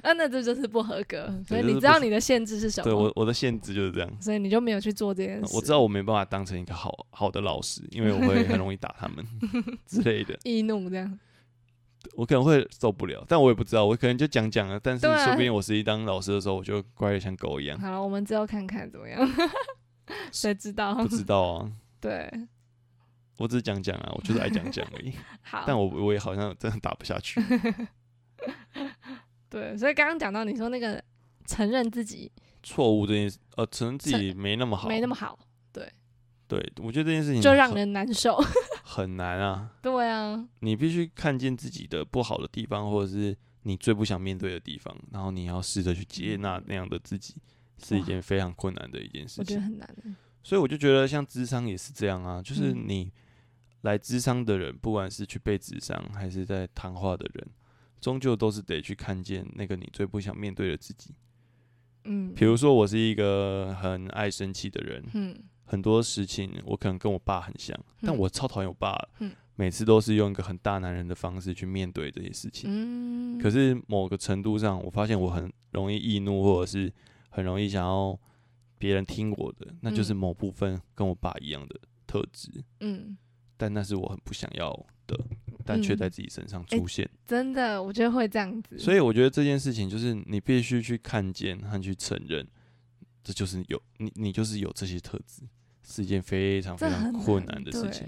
B: 啊，那这就是不合格。所以
A: 就是
B: 你
A: 不
B: 知道
A: 是
B: 你的限制是什么？
A: 对我我的限制就是这样。
B: 所以你就没有去做这件事。
A: 我知道我没办法当成一个好好的老师，因为我会很容易打他 们之类的，
B: 易怒这样。
A: 我可能会受不了，但我也不知道，我可能就讲讲了，但是
B: 对啊
A: 说不定我实际当老师的时候，我就乖的像狗一 样，
B: 好了，我们之后看看怎 么样，谁知道？
A: 不知道啊，
B: 对，
A: 我只是讲讲啊，我就是爱讲讲而已，
B: 好，
A: 但我我也好像真的打不下 去，
B: 对，所以刚刚讲到你说那个承认自己
A: 错误这件事，呃，承认自己没那么好，嗯
B: 没那么好，
A: 对，我觉得这件事情
B: 就让
A: 很
B: 人难受。
A: 很难啊，
B: 对啊，
A: 你必须看见自己的不好的地方，或者是你最不想面对的地方，然后你要试着去接纳那样的自己，是一件非常困难的一件事
B: 我觉得
A: 情。
B: 很难。
A: 所以我就觉得，像智商也是这样啊，就是
B: 嗯
A: 你来智商的人，不管是去被智商还是在谈话的人，终究都是得去看见那个你最不想面对的自己。
B: 嗯，
A: 比如说，我是一个很爱生气的人，
B: 嗯
A: 很多事情我可能跟我爸很像，但
B: 嗯
A: 我超讨厌我爸，
B: 嗯
A: 每次都是用一个很大男人的方式去面对这些事情。
B: 嗯，
A: 可是某个程度上，我发现我很容易易怒，或者是很容易想要别人听我的，那就是
B: 嗯
A: 某部分跟我爸一样的特质，
B: 嗯，
A: 但那是我很不想要的，但却
B: 嗯
A: 在自己身上
B: 诶
A: 出现。
B: 真的，我觉得会这样子。
A: 所以我觉得这件事情就是你必须去看见和去承认，这就是有你，你就是有这些特质，是一件非常非
B: 这
A: 常
B: 很
A: 困难的事
B: 对
A: 情，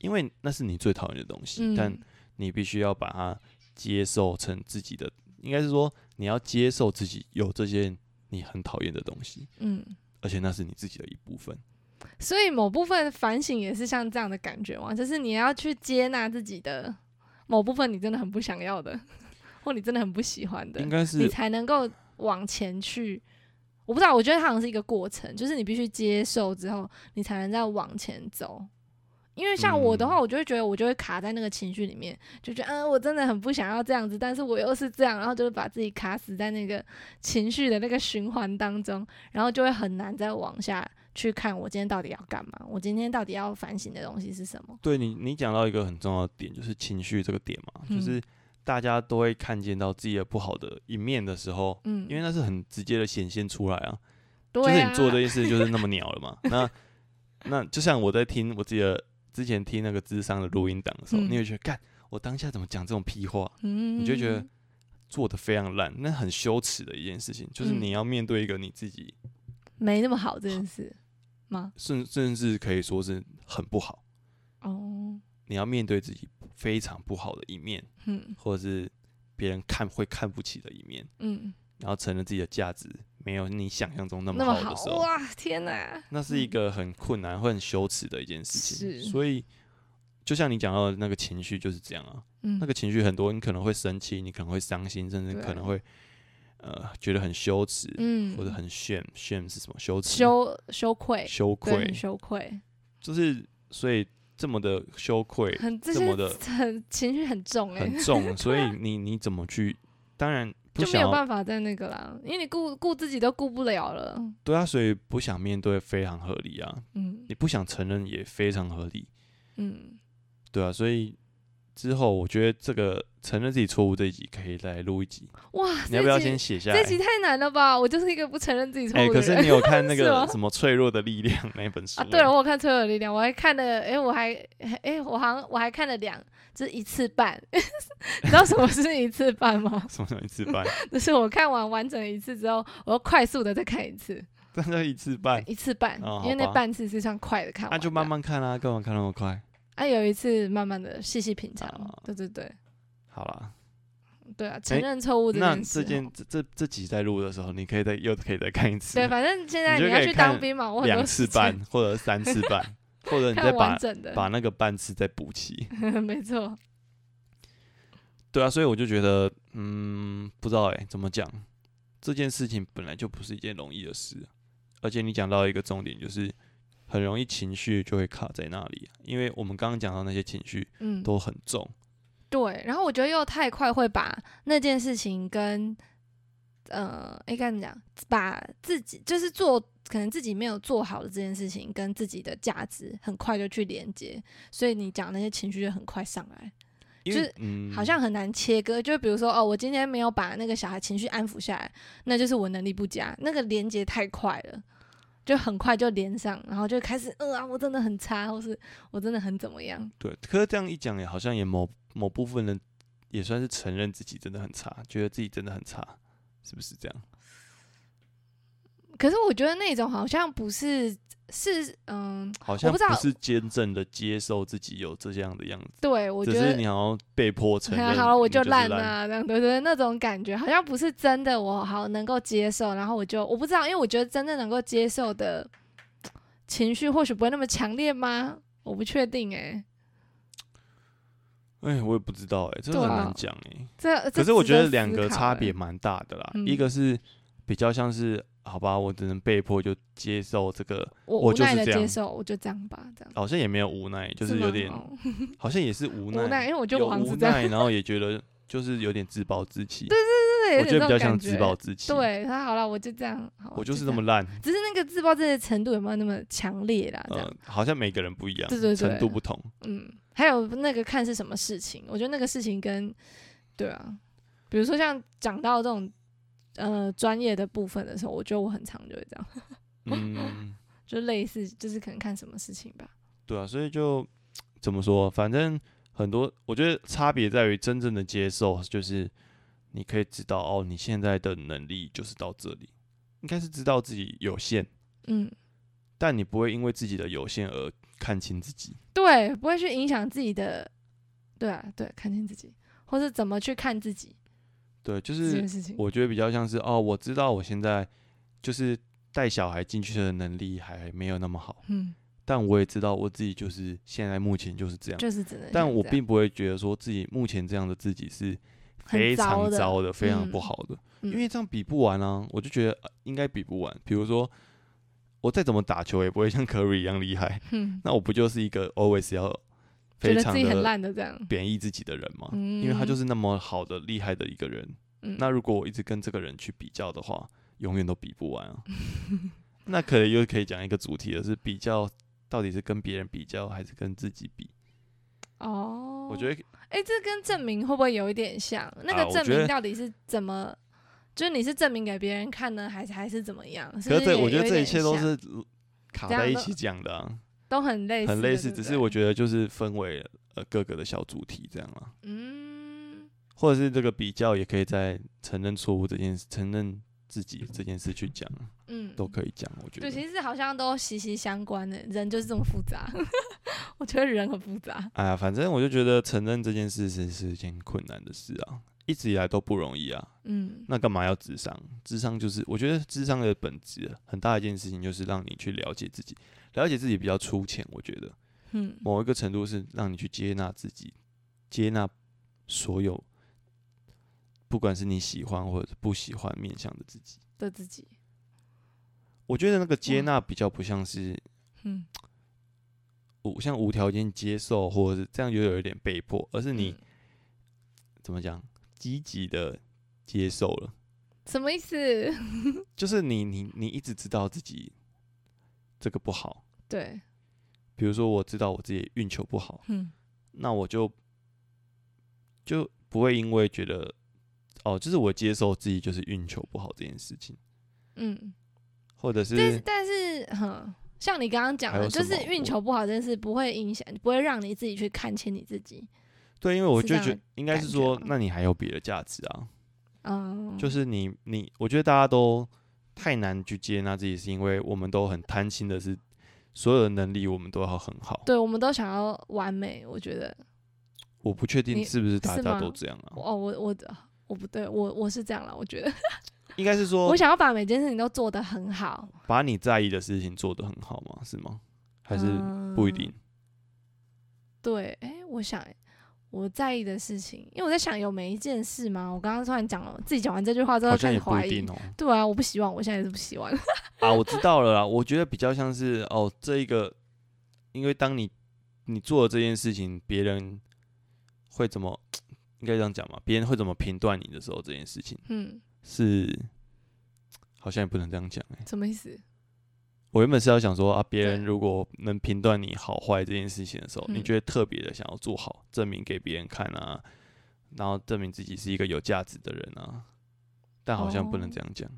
A: 因为那是你最讨厌的东西，
B: 嗯，
A: 但你必须要把它接受成自己的，应该是说你要接受自己有这些你很讨厌的东西，
B: 嗯，
A: 而且那是你自己的一部分。
B: 所以某部分反省也是像这样的感觉嘛，就是你要去接纳自己的某部分，你真的很不想要的， 或你真的很不喜欢的
A: 应，该是
B: 你才能够往前去。我不知道，我觉得它好像是一个过程，就是你必须接受之后，你才能再往前走。因为像我的话，
A: 嗯
B: 我就会觉得我就会卡在那个情绪里面，就觉得嗯，我真的很不想要这样子，但是我又是这样，然后就会把自己卡死在那个情绪的那个循环当中，然后就会很难再往下去看我今天到底要干嘛，我今天到底要反省的东西是什么？
A: 对你，你讲到一个很重要的点，就是情绪这个点嘛，就
B: 嗯
A: 是大家都会看见到自己的不好的一面的时候。
B: 嗯，
A: 因为那是很直接的显现出来啊，
B: 对、
A: 就
B: 啊、
A: 是你做这件事就是那么鸟了嘛。那那就像我在听我自己的之前听那个智商的录音档的时候，
B: 嗯
A: 你会觉得，干，我当下怎么讲这种屁话，
B: 嗯，
A: 你就觉得做的非常烂，那很羞耻的一件事情，就是
B: 嗯
A: 你要面对一个你自己
B: 没那么好这件事吗？
A: 甚甚至可以说是很不好，
B: 哦，
A: 你要面对自己非常不好的一面，
B: 嗯
A: 或者是别人看会看不起的一面，
B: 嗯，
A: 然后承认自己的价值没有你想象中那么
B: 那么
A: 好的时
B: 好
A: 候，
B: 哇，天哪！
A: 那是一个很困难、会很羞耻的一件事情。
B: 嗯是
A: 所以，就像你讲到的那个情绪就是这样啊，
B: 嗯
A: 那个情绪很多，你可能会生气，你可能会伤心，甚至
B: 对
A: 可能会呃觉得很羞耻，
B: 嗯
A: 或者很 shame shame 是什么？羞耻、
B: 羞羞愧，
A: 羞
B: 对，很
A: 愧，
B: 羞愧，
A: 就是所以这么的羞愧
B: 很这
A: 这
B: 些
A: 么的
B: 很情绪很重哎、
A: 很重，所以你你怎么去？当然不
B: 就没
A: 想
B: 有
A: 要
B: 办法再那个啦，因为你顾顾自己都顾不了了，
A: 对啊，所以不想面对非常合理啊，
B: 嗯
A: 你不想承认也非常合理。
B: 嗯，
A: 对啊，所以之后我觉得这个承认自己错误这一集可以来录一集，
B: 哇，
A: 你要不要
B: 这一
A: 先
B: 集？
A: 写下来
B: 这？集太难了吧！我就是一个不承认自己错
A: 哎、
B: 误
A: 可
B: 的
A: 是
B: 人、
A: 你有看那
B: 是
A: 个
B: 吗
A: 什么《脆弱的力量》那本书、
B: 啊。对了，，我有看《脆弱的力量》，我还看了，哎、我还，哎、我好像我还看了两，就是一次半。 你知道什么是一次半吗？
A: 什么叫一次半？
B: 就是我看完完整一次之后，我又快速的再看一次，
A: 那叫一次 半，
B: 一次半，
A: 哦
B: 因为那
A: 好吧
B: 半次是算快的看
A: 那、
B: 完的。
A: 就慢慢看啦、干嘛看那么快？
B: 啊，有一次慢慢的细细品尝，
A: 啊
B: 对对对
A: 好啦，
B: 对啊，承认错误这
A: 那
B: 件事
A: 这
B: 哦。
A: 件这这这集在录的时候，你可以再又可以再看一次
B: 对，，反正现
A: 你
B: 在
A: 就
B: 你
A: 可
B: 要
A: 以
B: 去
A: 看
B: 当兵嘛，我很
A: 两
B: 多
A: 次
B: 时 间
A: 半或者三次半， 或者你再
B: 看完
A: 把
B: 整的，
A: 把那个半次再补齐。
B: 没错，
A: 对啊，所以我就觉得，嗯，不知道哎、怎么讲，这件事情本来就不是一件容易的事，而且你讲到一个重点，就是很容易情绪就会卡在那里，啊因为我们刚刚讲到那些情绪
B: 嗯，
A: 都很重，
B: 对，然后我觉得又太快会把那件事情跟呃，应该怎么讲，把自己就是做可能自己没有做好的这件事情跟自己的价值很快就去连接，所以你讲那些情绪就很快上来，
A: 因
B: 就
A: 为
B: 是
A: 嗯，
B: 好像很难切割。就比如说哦，我今天没有把那个小孩情绪安抚下来，那就是我能力不佳，那个连接太快了。就很快就连上，然后就开始，呃啊，我真的很差，或是我真的很怎么样，
A: 对，可是这样一讲，也好像也某某部分人也算是承认自己真的很差，觉得自己真的很差，是不是这样？
B: 可是我觉得那种好像不是是嗯，
A: 好像
B: 不知道
A: 是真正的接受自己有这样的样子，
B: 对我
A: 只
B: 觉
A: 是
B: 得
A: 你好像被迫承认，
B: 好，我
A: 你就
B: 烂
A: 是
B: 啊，这样对对，那种感觉好像不是真的，我好能够接受，然后我就我不知道，因为我觉得真正能够接受的情绪或许不会那么强烈吗？我不确定哎、
A: 哎，我也不知道哎、这
B: 对
A: 个很
B: 啊
A: 难讲哎、
B: 这这
A: 可是我
B: 值
A: 觉得
B: 思
A: 两个
B: 考
A: 差
B: 欸
A: 别蛮大的啦，
B: 嗯
A: 一个是比较像是好吧，我只能被迫就接受这个，
B: 我
A: 我
B: 无
A: 就
B: 奈
A: 是
B: 的
A: 这
B: 接
A: 样
B: 受，我就这样吧，这样
A: 好像也没有无奈，就是
B: 吗
A: 有点
B: 哦
A: 好像也是无
B: 无奈，
A: 奈，
B: 因为我觉得
A: 有
B: 我好像
A: 无
B: 是这样，
A: 奈，然后也觉得就是有点自暴自弃，
B: 对，
A: 我
B: 有
A: 觉
B: 点
A: 得
B: 这
A: 比较
B: 种
A: 像
B: 感
A: 自
B: 觉。欸
A: 暴自弃，
B: 对，他好了，我就这样，好
A: 我就是
B: 这
A: 这
B: 样
A: 么烂，
B: 只是那个自暴自弃的程度有没有那么强烈啦？这样，
A: 呃，好像每个人不一样，
B: 对对对
A: 程度不同。
B: 嗯，还有那个看是什么事情，我觉得那个事情跟，对啊，比如说像讲到这种呃专业的部分的时候，我觉得我很常就会这样，
A: 嗯，
B: 就类似就是可能看什么事情吧，
A: 对啊，所以就怎么说，反正很多，我觉得差别在于真正的接受，就是你可以知道哦，你现在的能力就是到这里，应该是知道自己有限，
B: 嗯，
A: 但你不会因为自己的有限而看清自己。
B: 对，不会去影响自己的，对啊，对，看清自己，或是怎么去看自己
A: 对，就
B: 这件
A: 是
B: 事情，
A: 我觉得比较像是哦，我知道我现在就是带小孩进去的能力还没有那么好，
B: 嗯，
A: 但我也知道我自己就是现在目前就是这样。
B: 就是只能像这
A: 但
B: 样，
A: 我并不会觉得说自己目前这样的自己是非常
B: 很糟
A: 糟的、非常
B: 嗯
A: 不好的，
B: 嗯
A: 因为这样比不完啊。我就觉得呃应该比不完。比如说，我再怎么打球也不会像 Curry 一样厉 害，
B: 嗯，
A: 那我不就是一个 always 要
B: 觉
A: 非
B: 得
A: 常
B: 自己很
A: 的
B: 烂的这样，
A: 贬义自己的人嘛？
B: 嗯，
A: 因为他就是那么好的、厉害的一个人。
B: 嗯
A: 那如果我一直跟这个人去比较的话，永远都比不完啊。 那可能又可以讲一个主题了，是比较到底是跟别人比较还是跟自己比？
B: 哦，
A: 我觉得
B: 哎、这跟证明会不会有一点像？那
A: 啊
B: 个
A: 我
B: 证
A: 觉得
B: 明到底是怎么？就是你是证明给别人看呢，还是还是怎么样？是不
A: 可
B: 是
A: 是这
B: 也
A: 我觉
B: 有
A: 得这
B: 点
A: 一切都
B: 像
A: 是呃卡
B: 这
A: 在
B: 样
A: 一
B: 都
A: 起讲的、啊，
B: 都很类似的，
A: 很类似，
B: 对不
A: 只
B: 对
A: 是我觉得就是分为呃各个的小主题这样啊，
B: 嗯，
A: 或者是这个比较也可以在承认错误这件事、承认自己这件事去讲，啊
B: 嗯
A: 都可以讲。我觉得，
B: 对，其实好像都息息相关的，人就是这么复杂。 我觉得人很复杂，
A: 哎呀，反正我就觉得承认这件事是是一件困难的事啊，一直以来都不容易啊。
B: 嗯
A: 那干嘛要智商？智商就是我觉得智商的本质啊很大一件事情就是让你去了解自己，了解自己比较粗浅，我觉得。
B: 嗯
A: 某一个程度是让你去接纳自己，接纳所有，不管是你喜欢或者不喜欢面向的自己。
B: 的自己，
A: 我觉得那个接纳比较不像是
B: 嗯，
A: 无像无条件接受，或者是这样又有一点被迫，而是你、
B: 嗯
A: 怎么讲积极的接受了，
B: 什么意思？
A: 就是你你你一直知道自己这个不好。
B: 对，
A: 比如说，我知道我自己运球不好，
B: 嗯
A: 那我就就不会因为觉得哦，就是我接受自己就是运球不好这件事情，
B: 嗯，
A: 或者
B: 但是
A: 是
B: 但是，哼，像你刚刚讲
A: 还有
B: 的，就
A: 什
B: 是
A: 么
B: 运
A: 我
B: 球不好这件事不会影响，不会让你自己去看清你自己。
A: 对，因为我
B: 是
A: 就
B: 这样
A: 觉
B: 的
A: 应该是
B: 感觉
A: 说
B: 吗，
A: 那你还有别的价值啊，
B: 嗯，
A: 就是你你，我觉得大家都太难去接纳自己，是因为我们都很贪心的是所有的能力我们都要很好，
B: 对，我们都想要完美。我觉得，
A: 我不确定
B: 你
A: 是不是大
B: 是
A: 家
B: 吗
A: 都这样啊，
B: 哦，我我我不对，我我是这样了。我觉得，
A: 应该是说
B: 我想要把每件事情都做得很好，
A: 把你在意的事情做得很好吗？是吗？还是不一
B: 嗯
A: 定？
B: 对，哎，我想，我在意的事情，因为我在想有每一件事吗？我刚刚突然讲了，自己讲完这句话之后
A: 好
B: 开
A: 像
B: 始
A: 也不
B: 怀
A: 一
B: 疑
A: 定。哦。
B: 对啊，我不希望，我现在也是不希望。
A: 啊，我知道了啦。我觉得比较像是哦，这一个，因为当你你做了这件事情，别人会怎么应该这样讲嘛？别人会怎么评断你的时候，这件事情
B: 嗯，
A: 是好像也不能这样讲哎、
B: 什么意思？
A: 我原本是要想说啊，别
B: 对
A: 人如果能评断你好坏这件事情的时候，你
B: 嗯
A: 就会特别的想要做好，证明给别人看啊，然后证明自己是一个有价值的人啊。但好像不能
B: 哦
A: 这样讲。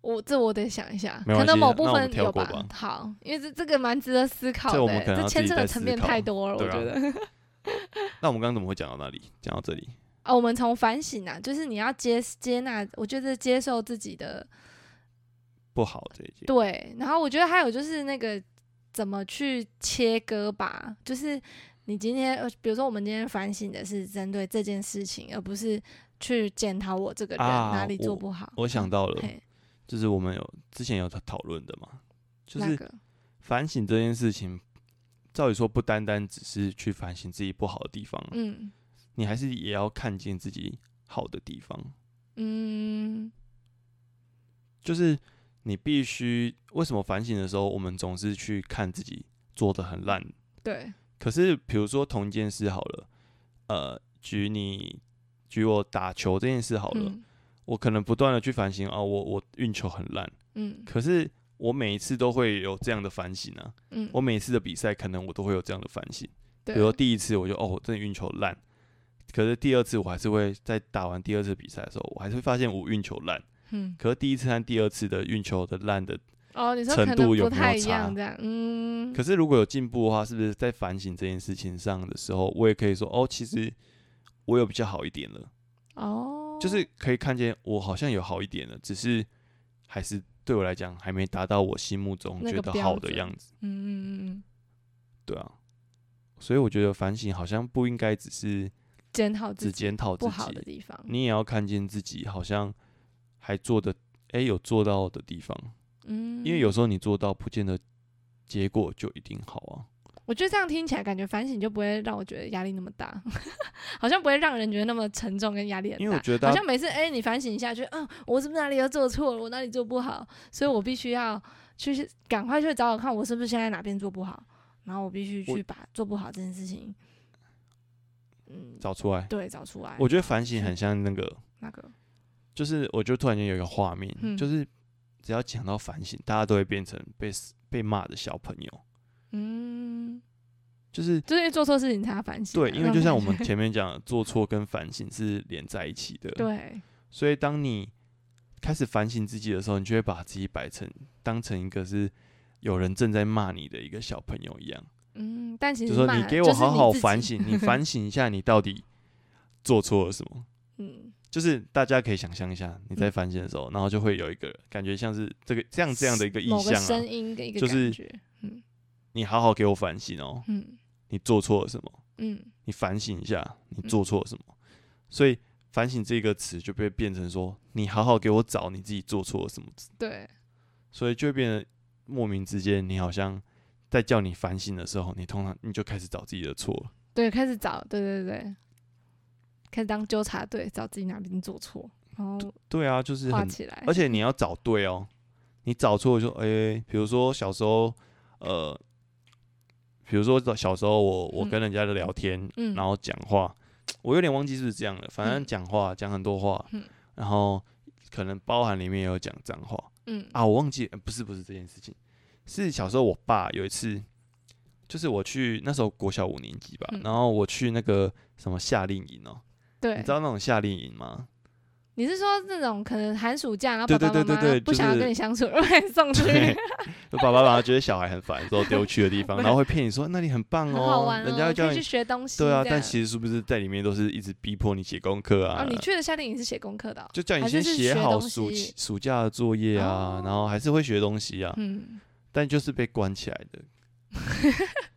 B: 我这我得想一下，
A: 没
B: 可
A: 关
B: 能
A: 系
B: 某
A: 那
B: 部
A: 那我
B: 分
A: 们跳
B: 有
A: 过
B: 吧
A: 吧。
B: 好，因为这这个蛮值得思考
A: 这
B: 的
A: 我们
B: 欸，
A: 可能
B: 这
A: 要
B: 牵
A: 自己
B: 涉
A: 再
B: 的层
A: 思
B: 面
A: 考
B: 太多了，我
A: 对啊
B: 觉得。
A: 那我们刚刚怎么会讲到那里？讲到这里，
B: 啊，我们从反省啊，就是你要接接纳，我觉得接受自己的
A: 不好这一件。
B: 对，然后我觉得还有就是那个怎么去切割吧，就是你今天，呃比如说我们今天反省的是针对这件事情，而不是去检讨我这个人、
A: 啊
B: 哪里做不好。
A: 我想到了，
B: 嘿，
A: 就是我们有之前有讨论的嘛，就
B: 那
A: 是
B: 个，
A: 反省这件事情，照理说不单单只是去反省自己不好的地方，
B: 嗯
A: 你还是也要看见自己好的地方。
B: 嗯
A: 就是你必须为什么反省的时候，我们总是去看自己做的很烂，
B: 对，
A: 可是比如说同一件事好了，呃，举你举我打球这件事好了，
B: 嗯
A: 我可能不断的去反省啊，我我运球很烂，
B: 嗯
A: 可是我每一次都会有这样的反省啊。
B: 嗯，
A: 我每次的比赛可能我都会有这样的反省，比
B: 对啊
A: 如说第一次我就哦，我真的运球烂，可是第二次我还是会在打完第二次比赛的时候，我还是会发现我运球烂，
B: 嗯
A: 可是第一次和第二次的运球的烂的，
B: 哦，你说
A: 程
B: 可
A: 度
B: 能
A: 有
B: 不
A: 没有
B: 太一
A: 差
B: 样这样，嗯
A: 可是如果有进步的话，是不是在反省这件事情上的时候，我也可以说哦，其实我有比较好一点了，
B: 哦，
A: 就是可以看见我好像有好一点了，只是还是对我来讲还没达到我心目中
B: 那
A: 觉
B: 个
A: 得
B: 标
A: 好的
B: 准
A: 样子，
B: 嗯嗯嗯嗯，
A: 对啊，所以我觉得反省好像不应该只是。
B: 检讨自
A: 只
B: 己
A: 检讨
B: 不
A: 自
B: 好的嗯
A: 己，
B: 地方，
A: 你也要看见自己好像还做的，哎、有做到的地方，
B: 嗯，
A: 因为有时候你做到，不见得结果就一定好啊。
B: 我觉得这样听起来，感觉反省就不会让我觉得压力那么大， 好像不会让人觉得那么沉重跟压力很大。
A: 因为我觉得大
B: 好
A: 家
B: 像每次哎、你反省一下，觉得嗯，我是不是哪里又做错了，我哪里做不好，所以我必须要去赶快去找找看，我是不是现在哪边做不好，然后我必须
A: 我
B: 去把做不好这件事情，嗯，
A: 找出来，
B: 对找出来。
A: 我觉得反省
B: 是
A: 很像那个，
B: 那个
A: 就是我就突然间有一个画面，
B: 嗯
A: 就是只要讲到反省，大家都会变成被 s- 被骂的小朋友，
B: 嗯，
A: 就是。
B: 就是因为做错事情才要反省啊、
A: 对，因为
B: 那
A: 就
B: 种
A: 像我
B: 感
A: 们
B: 觉
A: 前面讲的，做错跟反省是连在一起的。，
B: 对
A: 所以当你开始反省自己的时候，你就会把自己摆成当成一个是有人正在骂你的一个小朋友一样，
B: 嗯，但其
A: 就
B: 实
A: 说
B: 骂
A: 你给
B: 就
A: 我
B: 是
A: 好
B: 你
A: 好
B: 自己
A: 反，省，你 反省一下你到底做错了什么。
B: 嗯，
A: 就是大家可以想象一下，你在
B: 嗯
A: 反省的时候，然后就会有一个感觉像是这个这样这样的一个意
B: 某个
A: 向
B: 声
A: 啊，
B: 音跟一个
A: 就
B: 感
A: 是
B: 觉，嗯
A: 你好好给我反省哦，
B: 嗯。
A: 你做错了什么？
B: 嗯
A: 你反省一下，你做错了什么？所以“反省”这个词就被变成说，你好好给我找你自己做错了什么。，
B: 对，
A: 所以就会变得莫名之间，你好像在叫你反省的时候，你通常你就开始找自己的错了。
B: 对，开始找，对对对，开始当纠察队，找自己哪边做错，然后
A: 对啊，就是
B: 画
A: 很，
B: 起来
A: 而。且你要找对哦，你找错就诶、比如说小时候，呃，比如说小时候我我
B: 嗯
A: 跟人家的聊天，
B: 嗯
A: 然后讲话，我有点忘记是不是这样了，反正
B: 嗯
A: 讲话讲很多话，
B: 嗯
A: 然后可能包含里面也有讲脏话，
B: 嗯
A: 啊，我忘记、呃不是不是这件事情，是小时候我爸有一次，就是我去那时候国小五年级吧，
B: 嗯
A: 然后我去那个什么夏令营哦、
B: 对，
A: 你知道那种夏令营 吗？
B: 你是说那种可能寒暑假，然后
A: 对
B: 爸爸
A: 对
B: 妈
A: 对
B: 妈
A: 对对
B: 不
A: 就
B: 想要
A: 是
B: 跟你相处，然后把你送去，
A: 对，就爸爸妈妈觉得小孩很烦，之后丢去的 地方，然后会骗你说那里很棒
B: 很好
A: 哦、
B: 玩哦，
A: 人家会叫
B: 可以去
A: 你。
B: 学东西这
A: 对
B: 样。
A: 啊，但其实是不是在里面都是一直逼迫你写功课啊？
B: 哦，你去的夏令营是写功课的哦，
A: 就叫你
B: 还
A: 先
B: 是是
A: 写
B: 学
A: 好
B: 东
A: 暑
B: 西
A: 暑假的作业啊，然后还是会学东西啊，
B: 嗯，
A: 但就是被关起来的。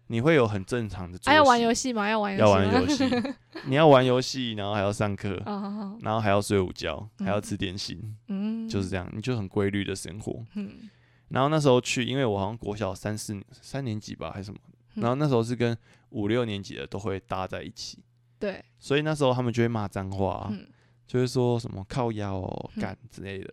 A: 你会有很正常的作息，
B: 还要玩游戏吗？要玩
A: 要
B: 游
A: 玩
B: 戏 吗
A: 游？戏，啊你要玩游戏，然后还要上课，
B: 哦好，好
A: 然后还要睡午觉，还要
B: 嗯
A: 吃点心，
B: 嗯，
A: 就是这样，你就很规律的生活。
B: 嗯
A: 然后那时候去，因为我好像国小三四三年级吧，还是什么，
B: 嗯
A: 然后那时候是跟五六年级的都会搭在一起，
B: 对，
A: 所以那时候他们就会骂脏话、啊，
B: 嗯，
A: 就会说什么靠腰哦、
B: 嗯
A: 干之类的。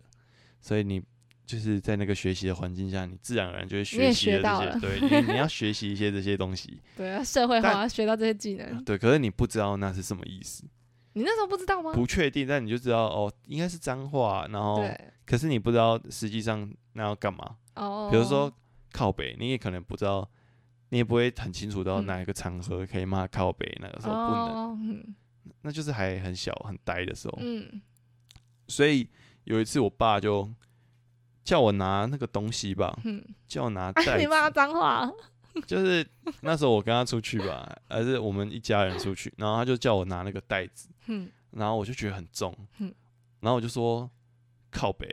A: 所以你就是在那个学习的环境下，你自然而然就会
B: 你
A: 学
B: 也
A: 习
B: 学到
A: 了这些，对，因为你要学习一些这些东 西，
B: 对，要社会化
A: 但啊
B: 学到这些技能，
A: 对。可是你不知道那是什么意思，
B: 你那时候不知道吗？
A: 不确定，但你就知道哦，应该是脏话，啊然后
B: 对，
A: 可是你不知道实际上那要干嘛，
B: 哦，
A: 比如说靠北，你也可能不知道。你也不会很清楚到
B: 嗯
A: 哪一个场合可以骂靠北，哪个时候不能，
B: 哦，嗯
A: 那就是还很小很呆的时候。
B: 嗯，
A: 所以有一次，我爸就叫我拿那个东西吧，
B: 嗯，
A: 叫我拿
B: 啊，
A: 袋
B: 你骂他
A: 子，
B: 脏话，
A: 就是那时候我跟他出去吧，还是我们一家人出去，然后他就叫我拿那个袋子，
B: 嗯，
A: 然后我就觉得很重
B: 嗯，
A: 然后我就说靠北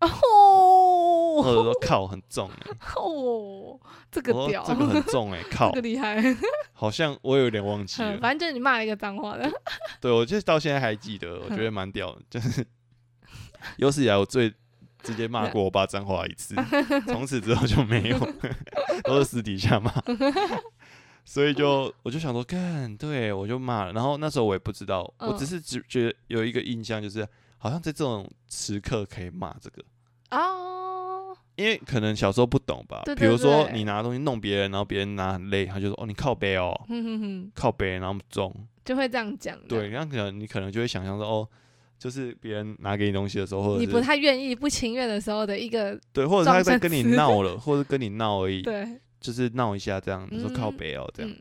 A: 哦，
B: 哦
A: 或者说靠很重欸，
B: 哦， 这
A: 我
B: 个
A: 说
B: 屌，
A: 这个很重哎，靠
B: 这个，厉害，
A: 好像我有点忘记
B: 嗯
A: 了，
B: 反正就是你骂了一个脏话的，
A: 啊对我就到现在还记得，我觉
B: 嗯
A: 得蛮屌的，就是 有史以来我最直接骂过我爸脏话一次，
B: 嗯
A: 从此之后就没有，都是私底下 骂，所以就我就想说，干，对我就骂了，然后那时候我也不知道，我只
B: 嗯
A: 是只觉得有一个印象，就是好像在这种时刻可以骂这个。
B: 哦，
A: 因为可能小时候不懂吧
B: 对，
A: 比如
B: 对
A: 说
B: 对
A: 你拿东西弄别人，然后别人拿很累，他就说：“哦，你靠背哦，
B: 哼哼哼，
A: 靠背，然后重。”
B: 就会这样讲，
A: 对，，那可能你可能就会想象说，哦，就是别人拿给你东西的时候，或
B: 你
A: 者
B: 不
A: 是
B: 太愿意、不情愿的时候的一个
A: 对，或者他
B: 撞
A: 在
B: 声
A: 跟你
B: 词
A: 闹 了，或者跟你闹而已，
B: 对，
A: 就是闹一下这样，你说靠
B: 嗯
A: 北哦这样。
B: 嗯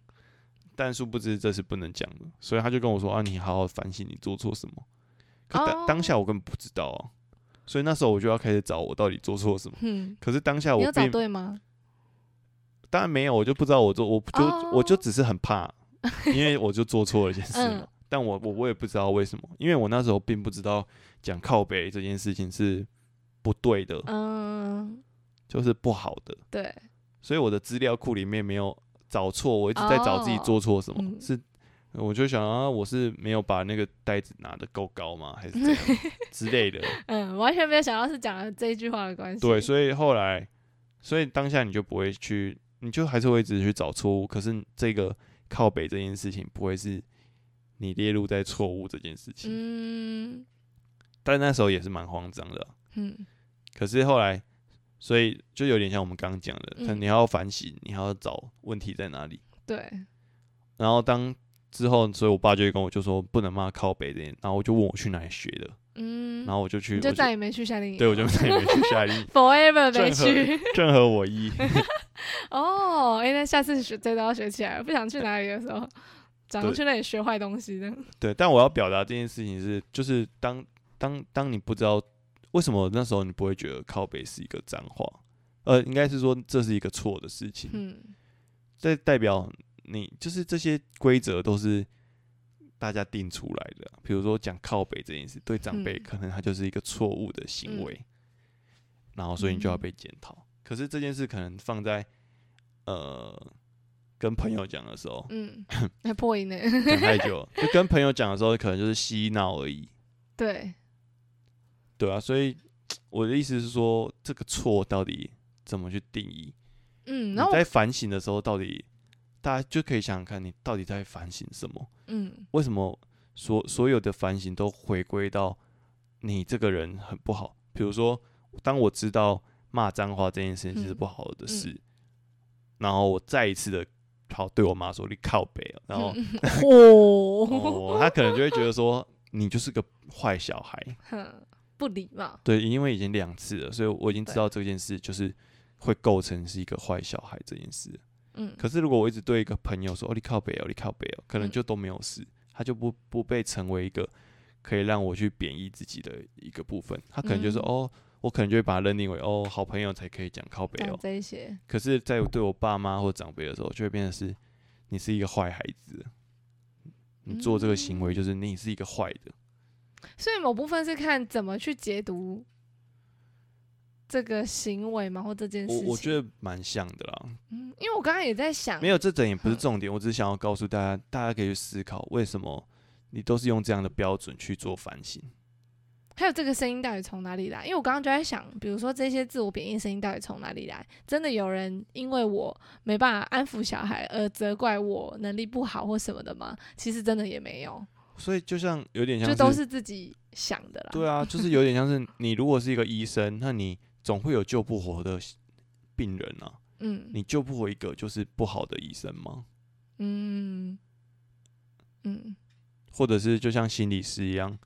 A: 但殊不知这是不能讲的，所以他就跟我说啊，你好好反省你做错什么。可当、当
B: 哦
A: 下我根本不知道啊，所以那时候我就要开始找我到底做错什么。
B: 哼，
A: 可是当下
B: 你
A: 啊我
B: 有找
A: 并
B: 对吗？
A: 当然没有，我就不知道我做，我就、我就
B: 哦
A: 只是很 怕，因为我就做错了一件事嘛。
B: 嗯
A: 但我我我也不知道为什么，因为我那时候并不知道讲靠北这件事情是不对的，
B: 嗯，
A: 就是不好的，
B: 对，
A: 所以我的资料库里面没有找错，我一直在找自己
B: 哦
A: 做错什么，
B: 嗯
A: 是我就想啊，我是没有把那个袋子拿得够高吗，还是怎 样之类的？
B: 嗯，完全没有想到是讲了这一句话的关系，
A: 对，所以后来，所以当下你就不会去，你就还是会一直去找错误，可是这个靠北这件事情不会是你列入在错误这件事情，
B: 嗯
A: 但那时候也是蛮慌张的啊、
B: 嗯
A: 可是后来，所以就有点像我们刚刚讲的，
B: 嗯
A: 但你要反省，你还要找问题在哪里。
B: 对，
A: 然后当之后，所以我爸就会跟我就说不能骂靠北这件，然后我就问我去哪里学的，
B: 嗯，
A: 然后我就去，
B: 你
A: 我
B: 就
A: 就
B: 再也没去夏令营了，
A: 对我就再也没去夏 令营
B: forever 没
A: 正合
B: 去。
A: 正合我意。
B: 哦，哎，那下次学这都要学起来，不想去哪里的时候，假如
A: 对
B: 去那里学坏东西的，
A: 对，但我要表达这件事情是，就是当当当你不知道为什么那时候你不会觉得靠北是一个脏话，呃，应该是说这是一个错的事情，
B: 嗯，
A: 这代表你就是这些规则都是大家定出来的啊。比如说讲靠北这件事，对长辈
B: 嗯
A: 可能他就是一个错误的行
B: 嗯
A: 为，然后所以你就要
B: 嗯
A: 被检讨。可是这件事可能放在呃跟朋友讲的时候，
B: 嗯， 还破音呢。
A: 讲太久了，就跟朋友讲的时候，可能就是嬉闹而已。
B: 对，
A: 对啊，所以我的意思是说，这个错到底怎么去定义？
B: 嗯，
A: 你
B: 然后我
A: 在反省的时候，到底大家就可以想想看，你到底在反省什么？
B: 嗯
A: 为什么所所有的反省都回归到你这个人很不好？比如说，当我知道骂脏话这件事情是
B: 嗯
A: 不好的
B: 嗯
A: 事，然后我再一次的跑对我妈说：“你靠北哦。”然 后、
B: 嗯哦，
A: 哦，她可能就会觉得说：“你就是个坏小孩。”
B: 哼，不礼貌，
A: 对，因为已经两次了，所以我已经知
B: 对
A: 道这件事就是会构成是一个坏小孩这件事。
B: 嗯，
A: 可是如果我一直对一个朋友说“哦，你靠北哦，你靠北哦”，可能
B: 嗯
A: 就都没有事，他就不不被成为一个可以让我去贬义自己的一个部分。他可能就说：“
B: 嗯
A: 哦，我可能就会把他认定为哦，好朋友才可以讲靠北
B: 讲
A: 哦。
B: 这一些，”
A: 可是，在我对我爸妈或长辈的时候，就会变成是你是一个坏孩子，你做这个行
B: 嗯
A: 为就是你是一个坏的。
B: 所以某部分是看怎么去解读这个行为嘛，或这件事
A: 我
B: 情。
A: 我觉得蛮像的啦，
B: 嗯，因为我刚刚也在想，
A: 没有，这点也不是
B: 嗯
A: 重点，我只是想要告诉大家，大家可以去思考为什么你都是用这样的标准去做反省。
B: 还有这个声音到底从哪里来？因为我刚刚就在想，比如说这些自我贬义声音到底从哪里来？真的有人因为我没办法安抚小孩而责怪我能力不好或什么的吗？其实真的也没有，
A: 所以就像有点像
B: 就都是自己想的啦。
A: 对啊，就是有点像是你如果是一个医生，那你总会有救不活的病人啊，
B: 嗯
A: 你救不活一个就是不好的医生吗？
B: 嗯嗯，
A: 或者是就像心理师一样，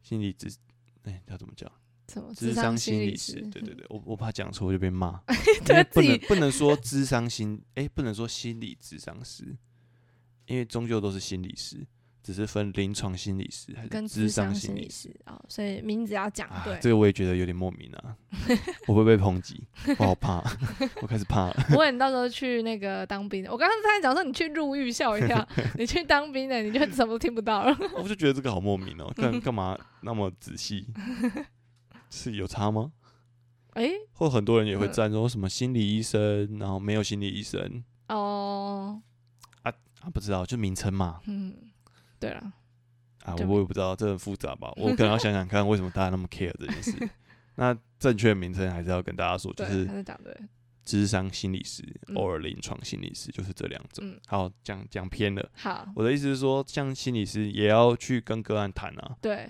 A: 心理咨，哎、要怎么讲？
B: 什么
A: 智
B: 智商
A: 心
B: 理
A: 师
B: 师？，
A: 对对对，我我怕讲错我就被骂，因为
B: 对
A: 不
B: 自
A: 能
B: 己
A: 不能说智商心，哎、不能说心理智商师，因为终究都是心理师，只是分临床心理师还
B: 跟
A: 是
B: 智
A: 智
B: 商
A: 心
B: 心
A: 理
B: 理
A: 师
B: 师哦，所以名字要讲
A: 啊
B: 对。。
A: 这个我也觉得有点莫名 啊，我会不会被抨击？我好怕，我开始怕了。
B: 不过你到时候去那个当兵的，我刚刚在讲说你去入狱，吓我一 跳。你去当兵的，你就什么都听不到了。
A: 我就觉得这个好莫名哦，干干嘛那么仔细？是有差吗？
B: 诶，
A: 或很多人也会
B: 嗯
A: 赞说什么心理医生，然后没有心理医生
B: 哦，
A: 啊，不知道就名称嘛
B: 嗯，对了，
A: 啊，
B: 对
A: 我也不知道，这很复杂吧？我 可能要想想看为什么大家那么 care 这件事。那正确的名称还是要跟大家说，就
B: 对，
A: 是
B: 他在讲对，
A: 智商心理师、
B: 嗯
A: 偶尔临床心理师，就是这两种。
B: 嗯，
A: 好，讲讲偏了。
B: 好，
A: 我的意思是说，像心理师也要去跟个案谈啊。
B: 对，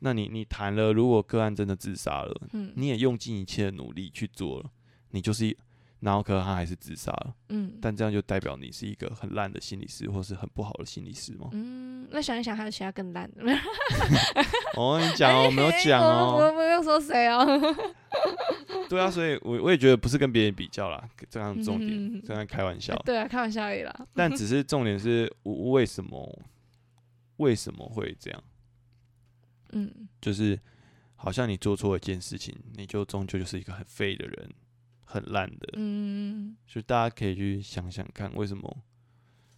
A: 那你你谈了，如果个案真的自杀了，
B: 嗯，
A: 你也用尽一切的努力去做了，你就是一，然后可他还是自杀了，
B: 嗯，？
A: 但这样就代表你是一个很烂的心理师，或是很不好的心理师吗
B: 嗯，那想一想，还有其他更烂的？
A: 哦，你讲哦，没有讲
B: 哎 我我
A: 哦，
B: 我没有说谁哦。
A: 对啊，所以我我也觉得不是跟别人比较啦，这样重
B: 嗯，
A: 点，这样开玩笑
B: 对啊，开玩笑而已啦。
A: 但只是重点是我为什么为什么会这样，
B: 嗯
A: 就是好像你做错一件事情，你就终究就是一个很废的人，很烂的
B: 嗯，
A: 就大家可以去想想看，为什么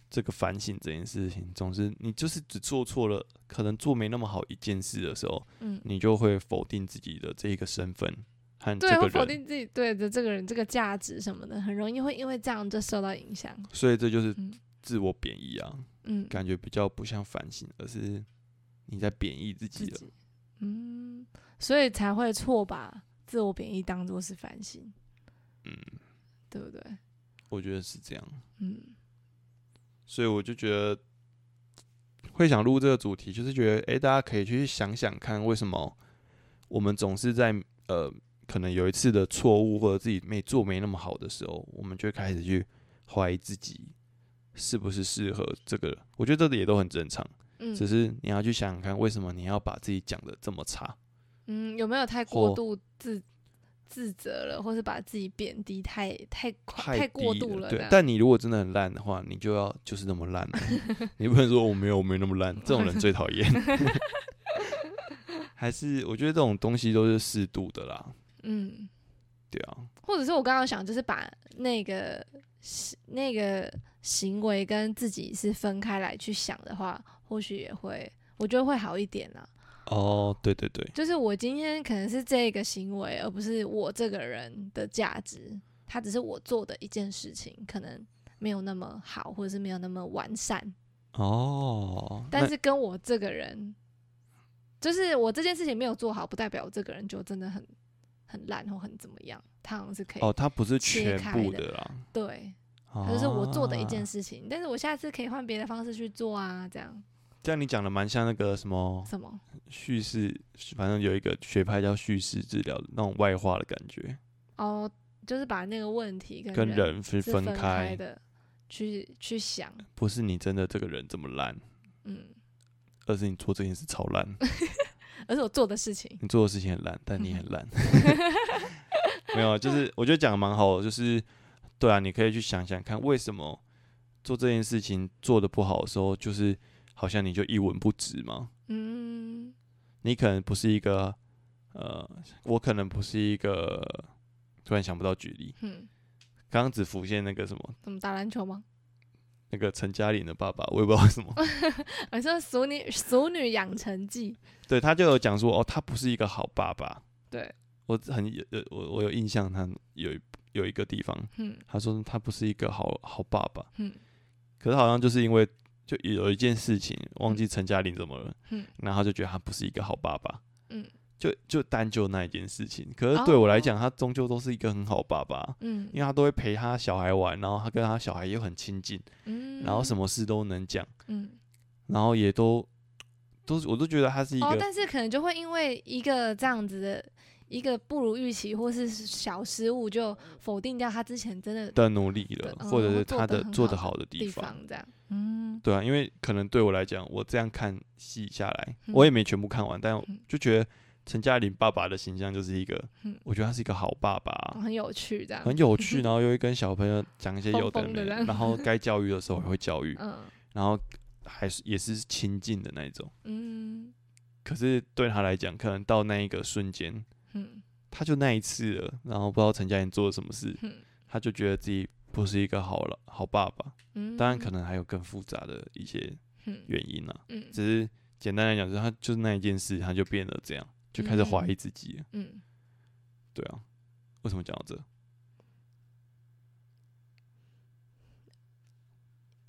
A: 这个反省这件事情，总是你就是只做错了，可能做没那么好一件事的时候，
B: 嗯，
A: 你就会否定自己的这一个身份和
B: 对，
A: 这
B: 会
A: 个
B: 否
A: 人，
B: 定自己对的这个人这个价值什么的，很容易会因为这样就受到影响。
A: 所以这就是
B: 嗯
A: 自我贬义啊，
B: 嗯，
A: 感觉比较不像反省，而是你在贬义自
B: 自
A: 己了。
B: 己，嗯，所以才会错把自我贬义当做是反省，
A: 嗯，
B: 对不对？
A: 我觉得是这样，
B: 嗯
A: 所以我就觉得会想录这个主题，就是觉得诶，大家可以去想想看，为什么我们总是在呃，可能有一次的错误或者自己没做没那么好的时候，我们就会开始去怀疑自己是不是适合这个。我觉得这也都很正常，
B: 嗯，
A: 只是你要去想想看，为什么你要把自己讲的这么差？
B: 嗯，有没有太
A: 或
B: 过度自自责了，或是把自己贬低太太快太过
A: 低
B: 度了？
A: 对。但你如果真的很烂的话，你就要就是那么烂了， 你不能说我没有，我没那么烂，这种人最讨厌。 还是我觉得这种东西都是适度的啦，
B: 嗯，
A: 对啊，
B: 或者是我刚刚想，就是把那个那个行为跟自己是分开来去想的话，或许也会，我觉得会好一点啊。
A: 哦，对对对，
B: 就是我今天可能是这个行为，而不是我这个人的价值，它只是我做的一件事情，可能没有那么好，或者是没有那么完善，
A: 哦，
B: 但
A: 那
B: 是跟我这个人，就是我这件事情没有做好，不代表我这个人就真的很很烂或很怎么样，他好像是可以，
A: 哦，它不是全
B: 切开
A: 部
B: 的
A: 的啦，哦
B: 对，
A: 它
B: 它就是我做的一件。事情，但是我下次可以换别的方式去做啊，这样
A: 这样你讲的蛮像那个什么
B: 什么
A: 叙事，反正有一个学派叫叙事治疗的那种外化的感觉，
B: 哦，就是把那个问题跟
A: 跟
B: 人
A: 人是
B: 是
A: 分
B: 开
A: 开，
B: 的去去想，
A: 不是你真的这个人这么烂，
B: 嗯。
A: 而是你做这件事超烂。
B: 而是我做的事情。
A: 你做的事情很烂，但你很烂。 没有，啊就是我觉得讲的蛮好的，就是对啊，你可以去想想看，为什么做这件事情做的不好的时候，就是好像你就一文不值嘛。
B: 嗯
A: 你可能不是一个，呃，我可能不是一个，突然想不到举例，
B: 哼，
A: 刚刚只浮现那个什么，
B: 怎么打篮球吗？
A: 那个陈嘉玲的爸爸，我也不知道为什么，
B: 好像《熟女熟女养成记》
A: 对他就有讲说，哦，他不是一个好爸爸。
B: 对，
A: 我很有有我我有印象，他有一有一个地方，
B: 嗯
A: 他说他不是一个好好爸爸，
B: 嗯
A: 可是好像就是因为就有一件事情忘记陈嘉玲怎么了，
B: 嗯
A: 然后他就觉得他不是一个好爸爸，
B: 嗯哦
A: 就就单就那一件事情。可是对我来讲，他终究都是一个很好爸爸，
B: 嗯
A: 因为他都会陪他小孩玩，然后他跟他小孩又很亲近，
B: 嗯，
A: 然后什么事都能讲，
B: 嗯。
A: 然后也都都是我都觉得他是一
B: 哦，
A: 个
B: 但是可能就会因为一个这样子的一个不如预期或是小失误，就否定掉他之前真的
A: 的努力了，
B: 嗯
A: 或者是
B: 做
A: 他
B: 得
A: 的
B: 很
A: 做
B: 好
A: 得
B: 的
A: 好的
B: 地
A: 地方。
B: 这样。嗯
A: 对啊，因为可能对我来讲，我这样看戏下来，我
B: 嗯
A: 也没全部看完，但我
B: 嗯
A: 就觉得陈嘉玲爸爸的形象就是一个，
B: 嗯
A: 我觉得他是一个好爸爸啊、
B: 哦很有趣这样。
A: 很有 趣，然后又会跟小朋友讲一些有的
B: 疯疯
A: 没，
B: 的这样
A: 然 后该教育的时候也会教育，
B: 嗯
A: 然后还是也是亲近的那一种。
B: 嗯
A: 可是对他来讲，可能到那一个瞬间，
B: 嗯
A: 他就那一次了，然后不知道陈嘉玲做了什么事，
B: 嗯
A: 他就觉得自己不是一个好了好爸爸。
B: 嗯，
A: 当然，可能还有更复杂的一些
B: 嗯
A: 原因啊。
B: 嗯
A: 只是简单来讲，就是他就是那一件事，他就变得这样，就开始怀疑自己了。
B: 嗯，
A: 对啊，为什么讲到这？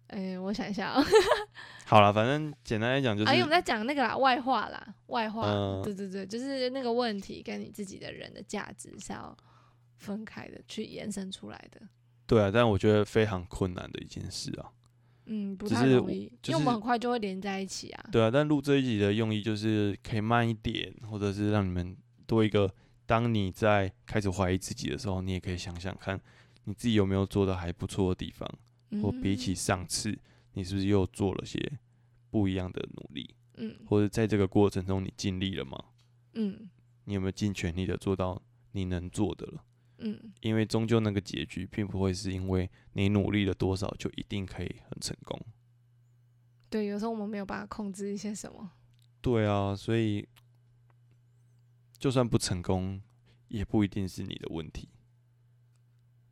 B: 哎，我想一下啊，
A: 好了，反正简单来讲就是，
B: 哎，我们在讲那个啦，外化啦，外化
A: 嗯，
B: 对对对，就是那个问题跟你自己的人的价值是要分开的，去延伸出来的。
A: 对啊，但我觉得非常困难的一件事啊。
B: 嗯，不
A: 只
B: 太
A: 是
B: 容
A: 我
B: 易，
A: 就
B: 因为我
A: 是
B: 们很快就会连在一起啊。
A: 对啊，但录这一集的用意就是可以慢一点，或者是让你们多一个，当你在开始怀疑自己的时候，你也可以想想看，你自己有没有做的还不错的地方，或
B: 嗯
A: 比起上次，你是不是又做了些不一样的努力，
B: 嗯
A: 或者在这个过程中你尽力了吗？
B: 嗯
A: 你有没有尽全力的做到你能做的了？
B: 嗯
A: 因为终究那个结局并不会是因为你努力了多少就一定可以很成功。
B: 对，有时候我们没有办法控制一些什么。
A: 对啊，所以就算不成功，也不一定是你的问题。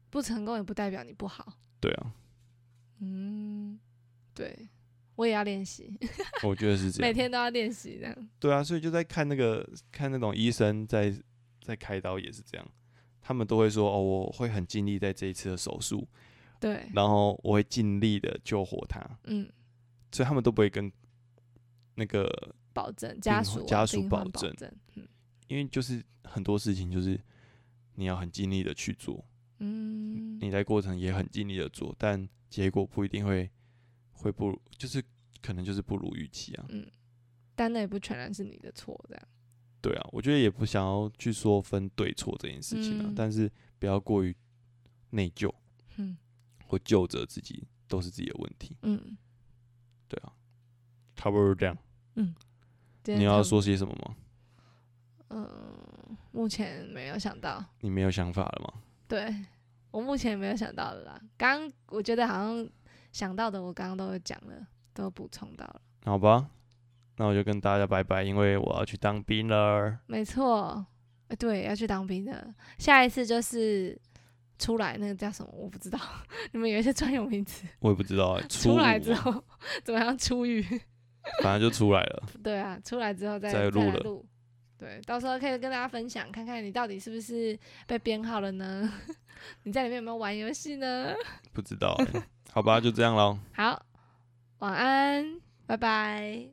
B: 不成功也不代表你不好。
A: 对啊，
B: 嗯，对，我也要练习，
A: 我觉得是这
B: 每
A: 样。
B: 天都要练习这样。
A: 对啊，所以就在看那个看那种医生在在开刀也是这样，他们都会说哦，我会很尽力在这一次的手术，
B: 对，
A: 然后我会尽力的救活他，
B: 嗯，
A: 所以他们都不会跟那个
B: 保证家
A: 病
B: 属啊
A: 嗯家属
B: 病
A: 保
B: 患保
A: 证
B: 证，嗯
A: 因为就是很多事情就是你要很尽力的去做，
B: 嗯
A: 你在过程也很尽力的做，但结果不一定会会不如，就是可能就是不如预期啊。
B: 嗯，但那也不全然是你的错，这样。
A: 对啊，我觉得也不想要去说分对错这件事情啊，
B: 嗯
A: 但是不要过于内疚
B: 嗯
A: 或疚责自己，都是自己的问题。
B: 嗯
A: 对啊，差不多就这样。
B: 嗯。今天
A: 你要
B: 差不
A: 说些什么吗？
B: 嗯、目前没有想到。
A: 你没有想法了吗？
B: 对我目前没有想到的啦。刚刚我觉得好像想到的，我刚刚都有讲了，都有补充到了。
A: 好吧，那我就跟大家拜拜，因为我要去当兵了。
B: 没错，呃对，要去当兵的，下一次就是出来那个叫什么，我不知道，你们有一些专有名词。
A: 我也不知道、欸，初
B: 出来
A: 五
B: 之
A: 嘛，
B: 后怎么样出狱？
A: 反正就出来了。
B: 对啊，出来之后再
A: 再
B: 再
A: 录
B: 来
A: 了
B: 录。对，到时候可以跟大家分享，看看你到底是不是被编号了呢？ 你在里面有没有玩游戏呢？
A: 不知道、欸，好吧，就这样喽。
B: 好，晚安，拜拜。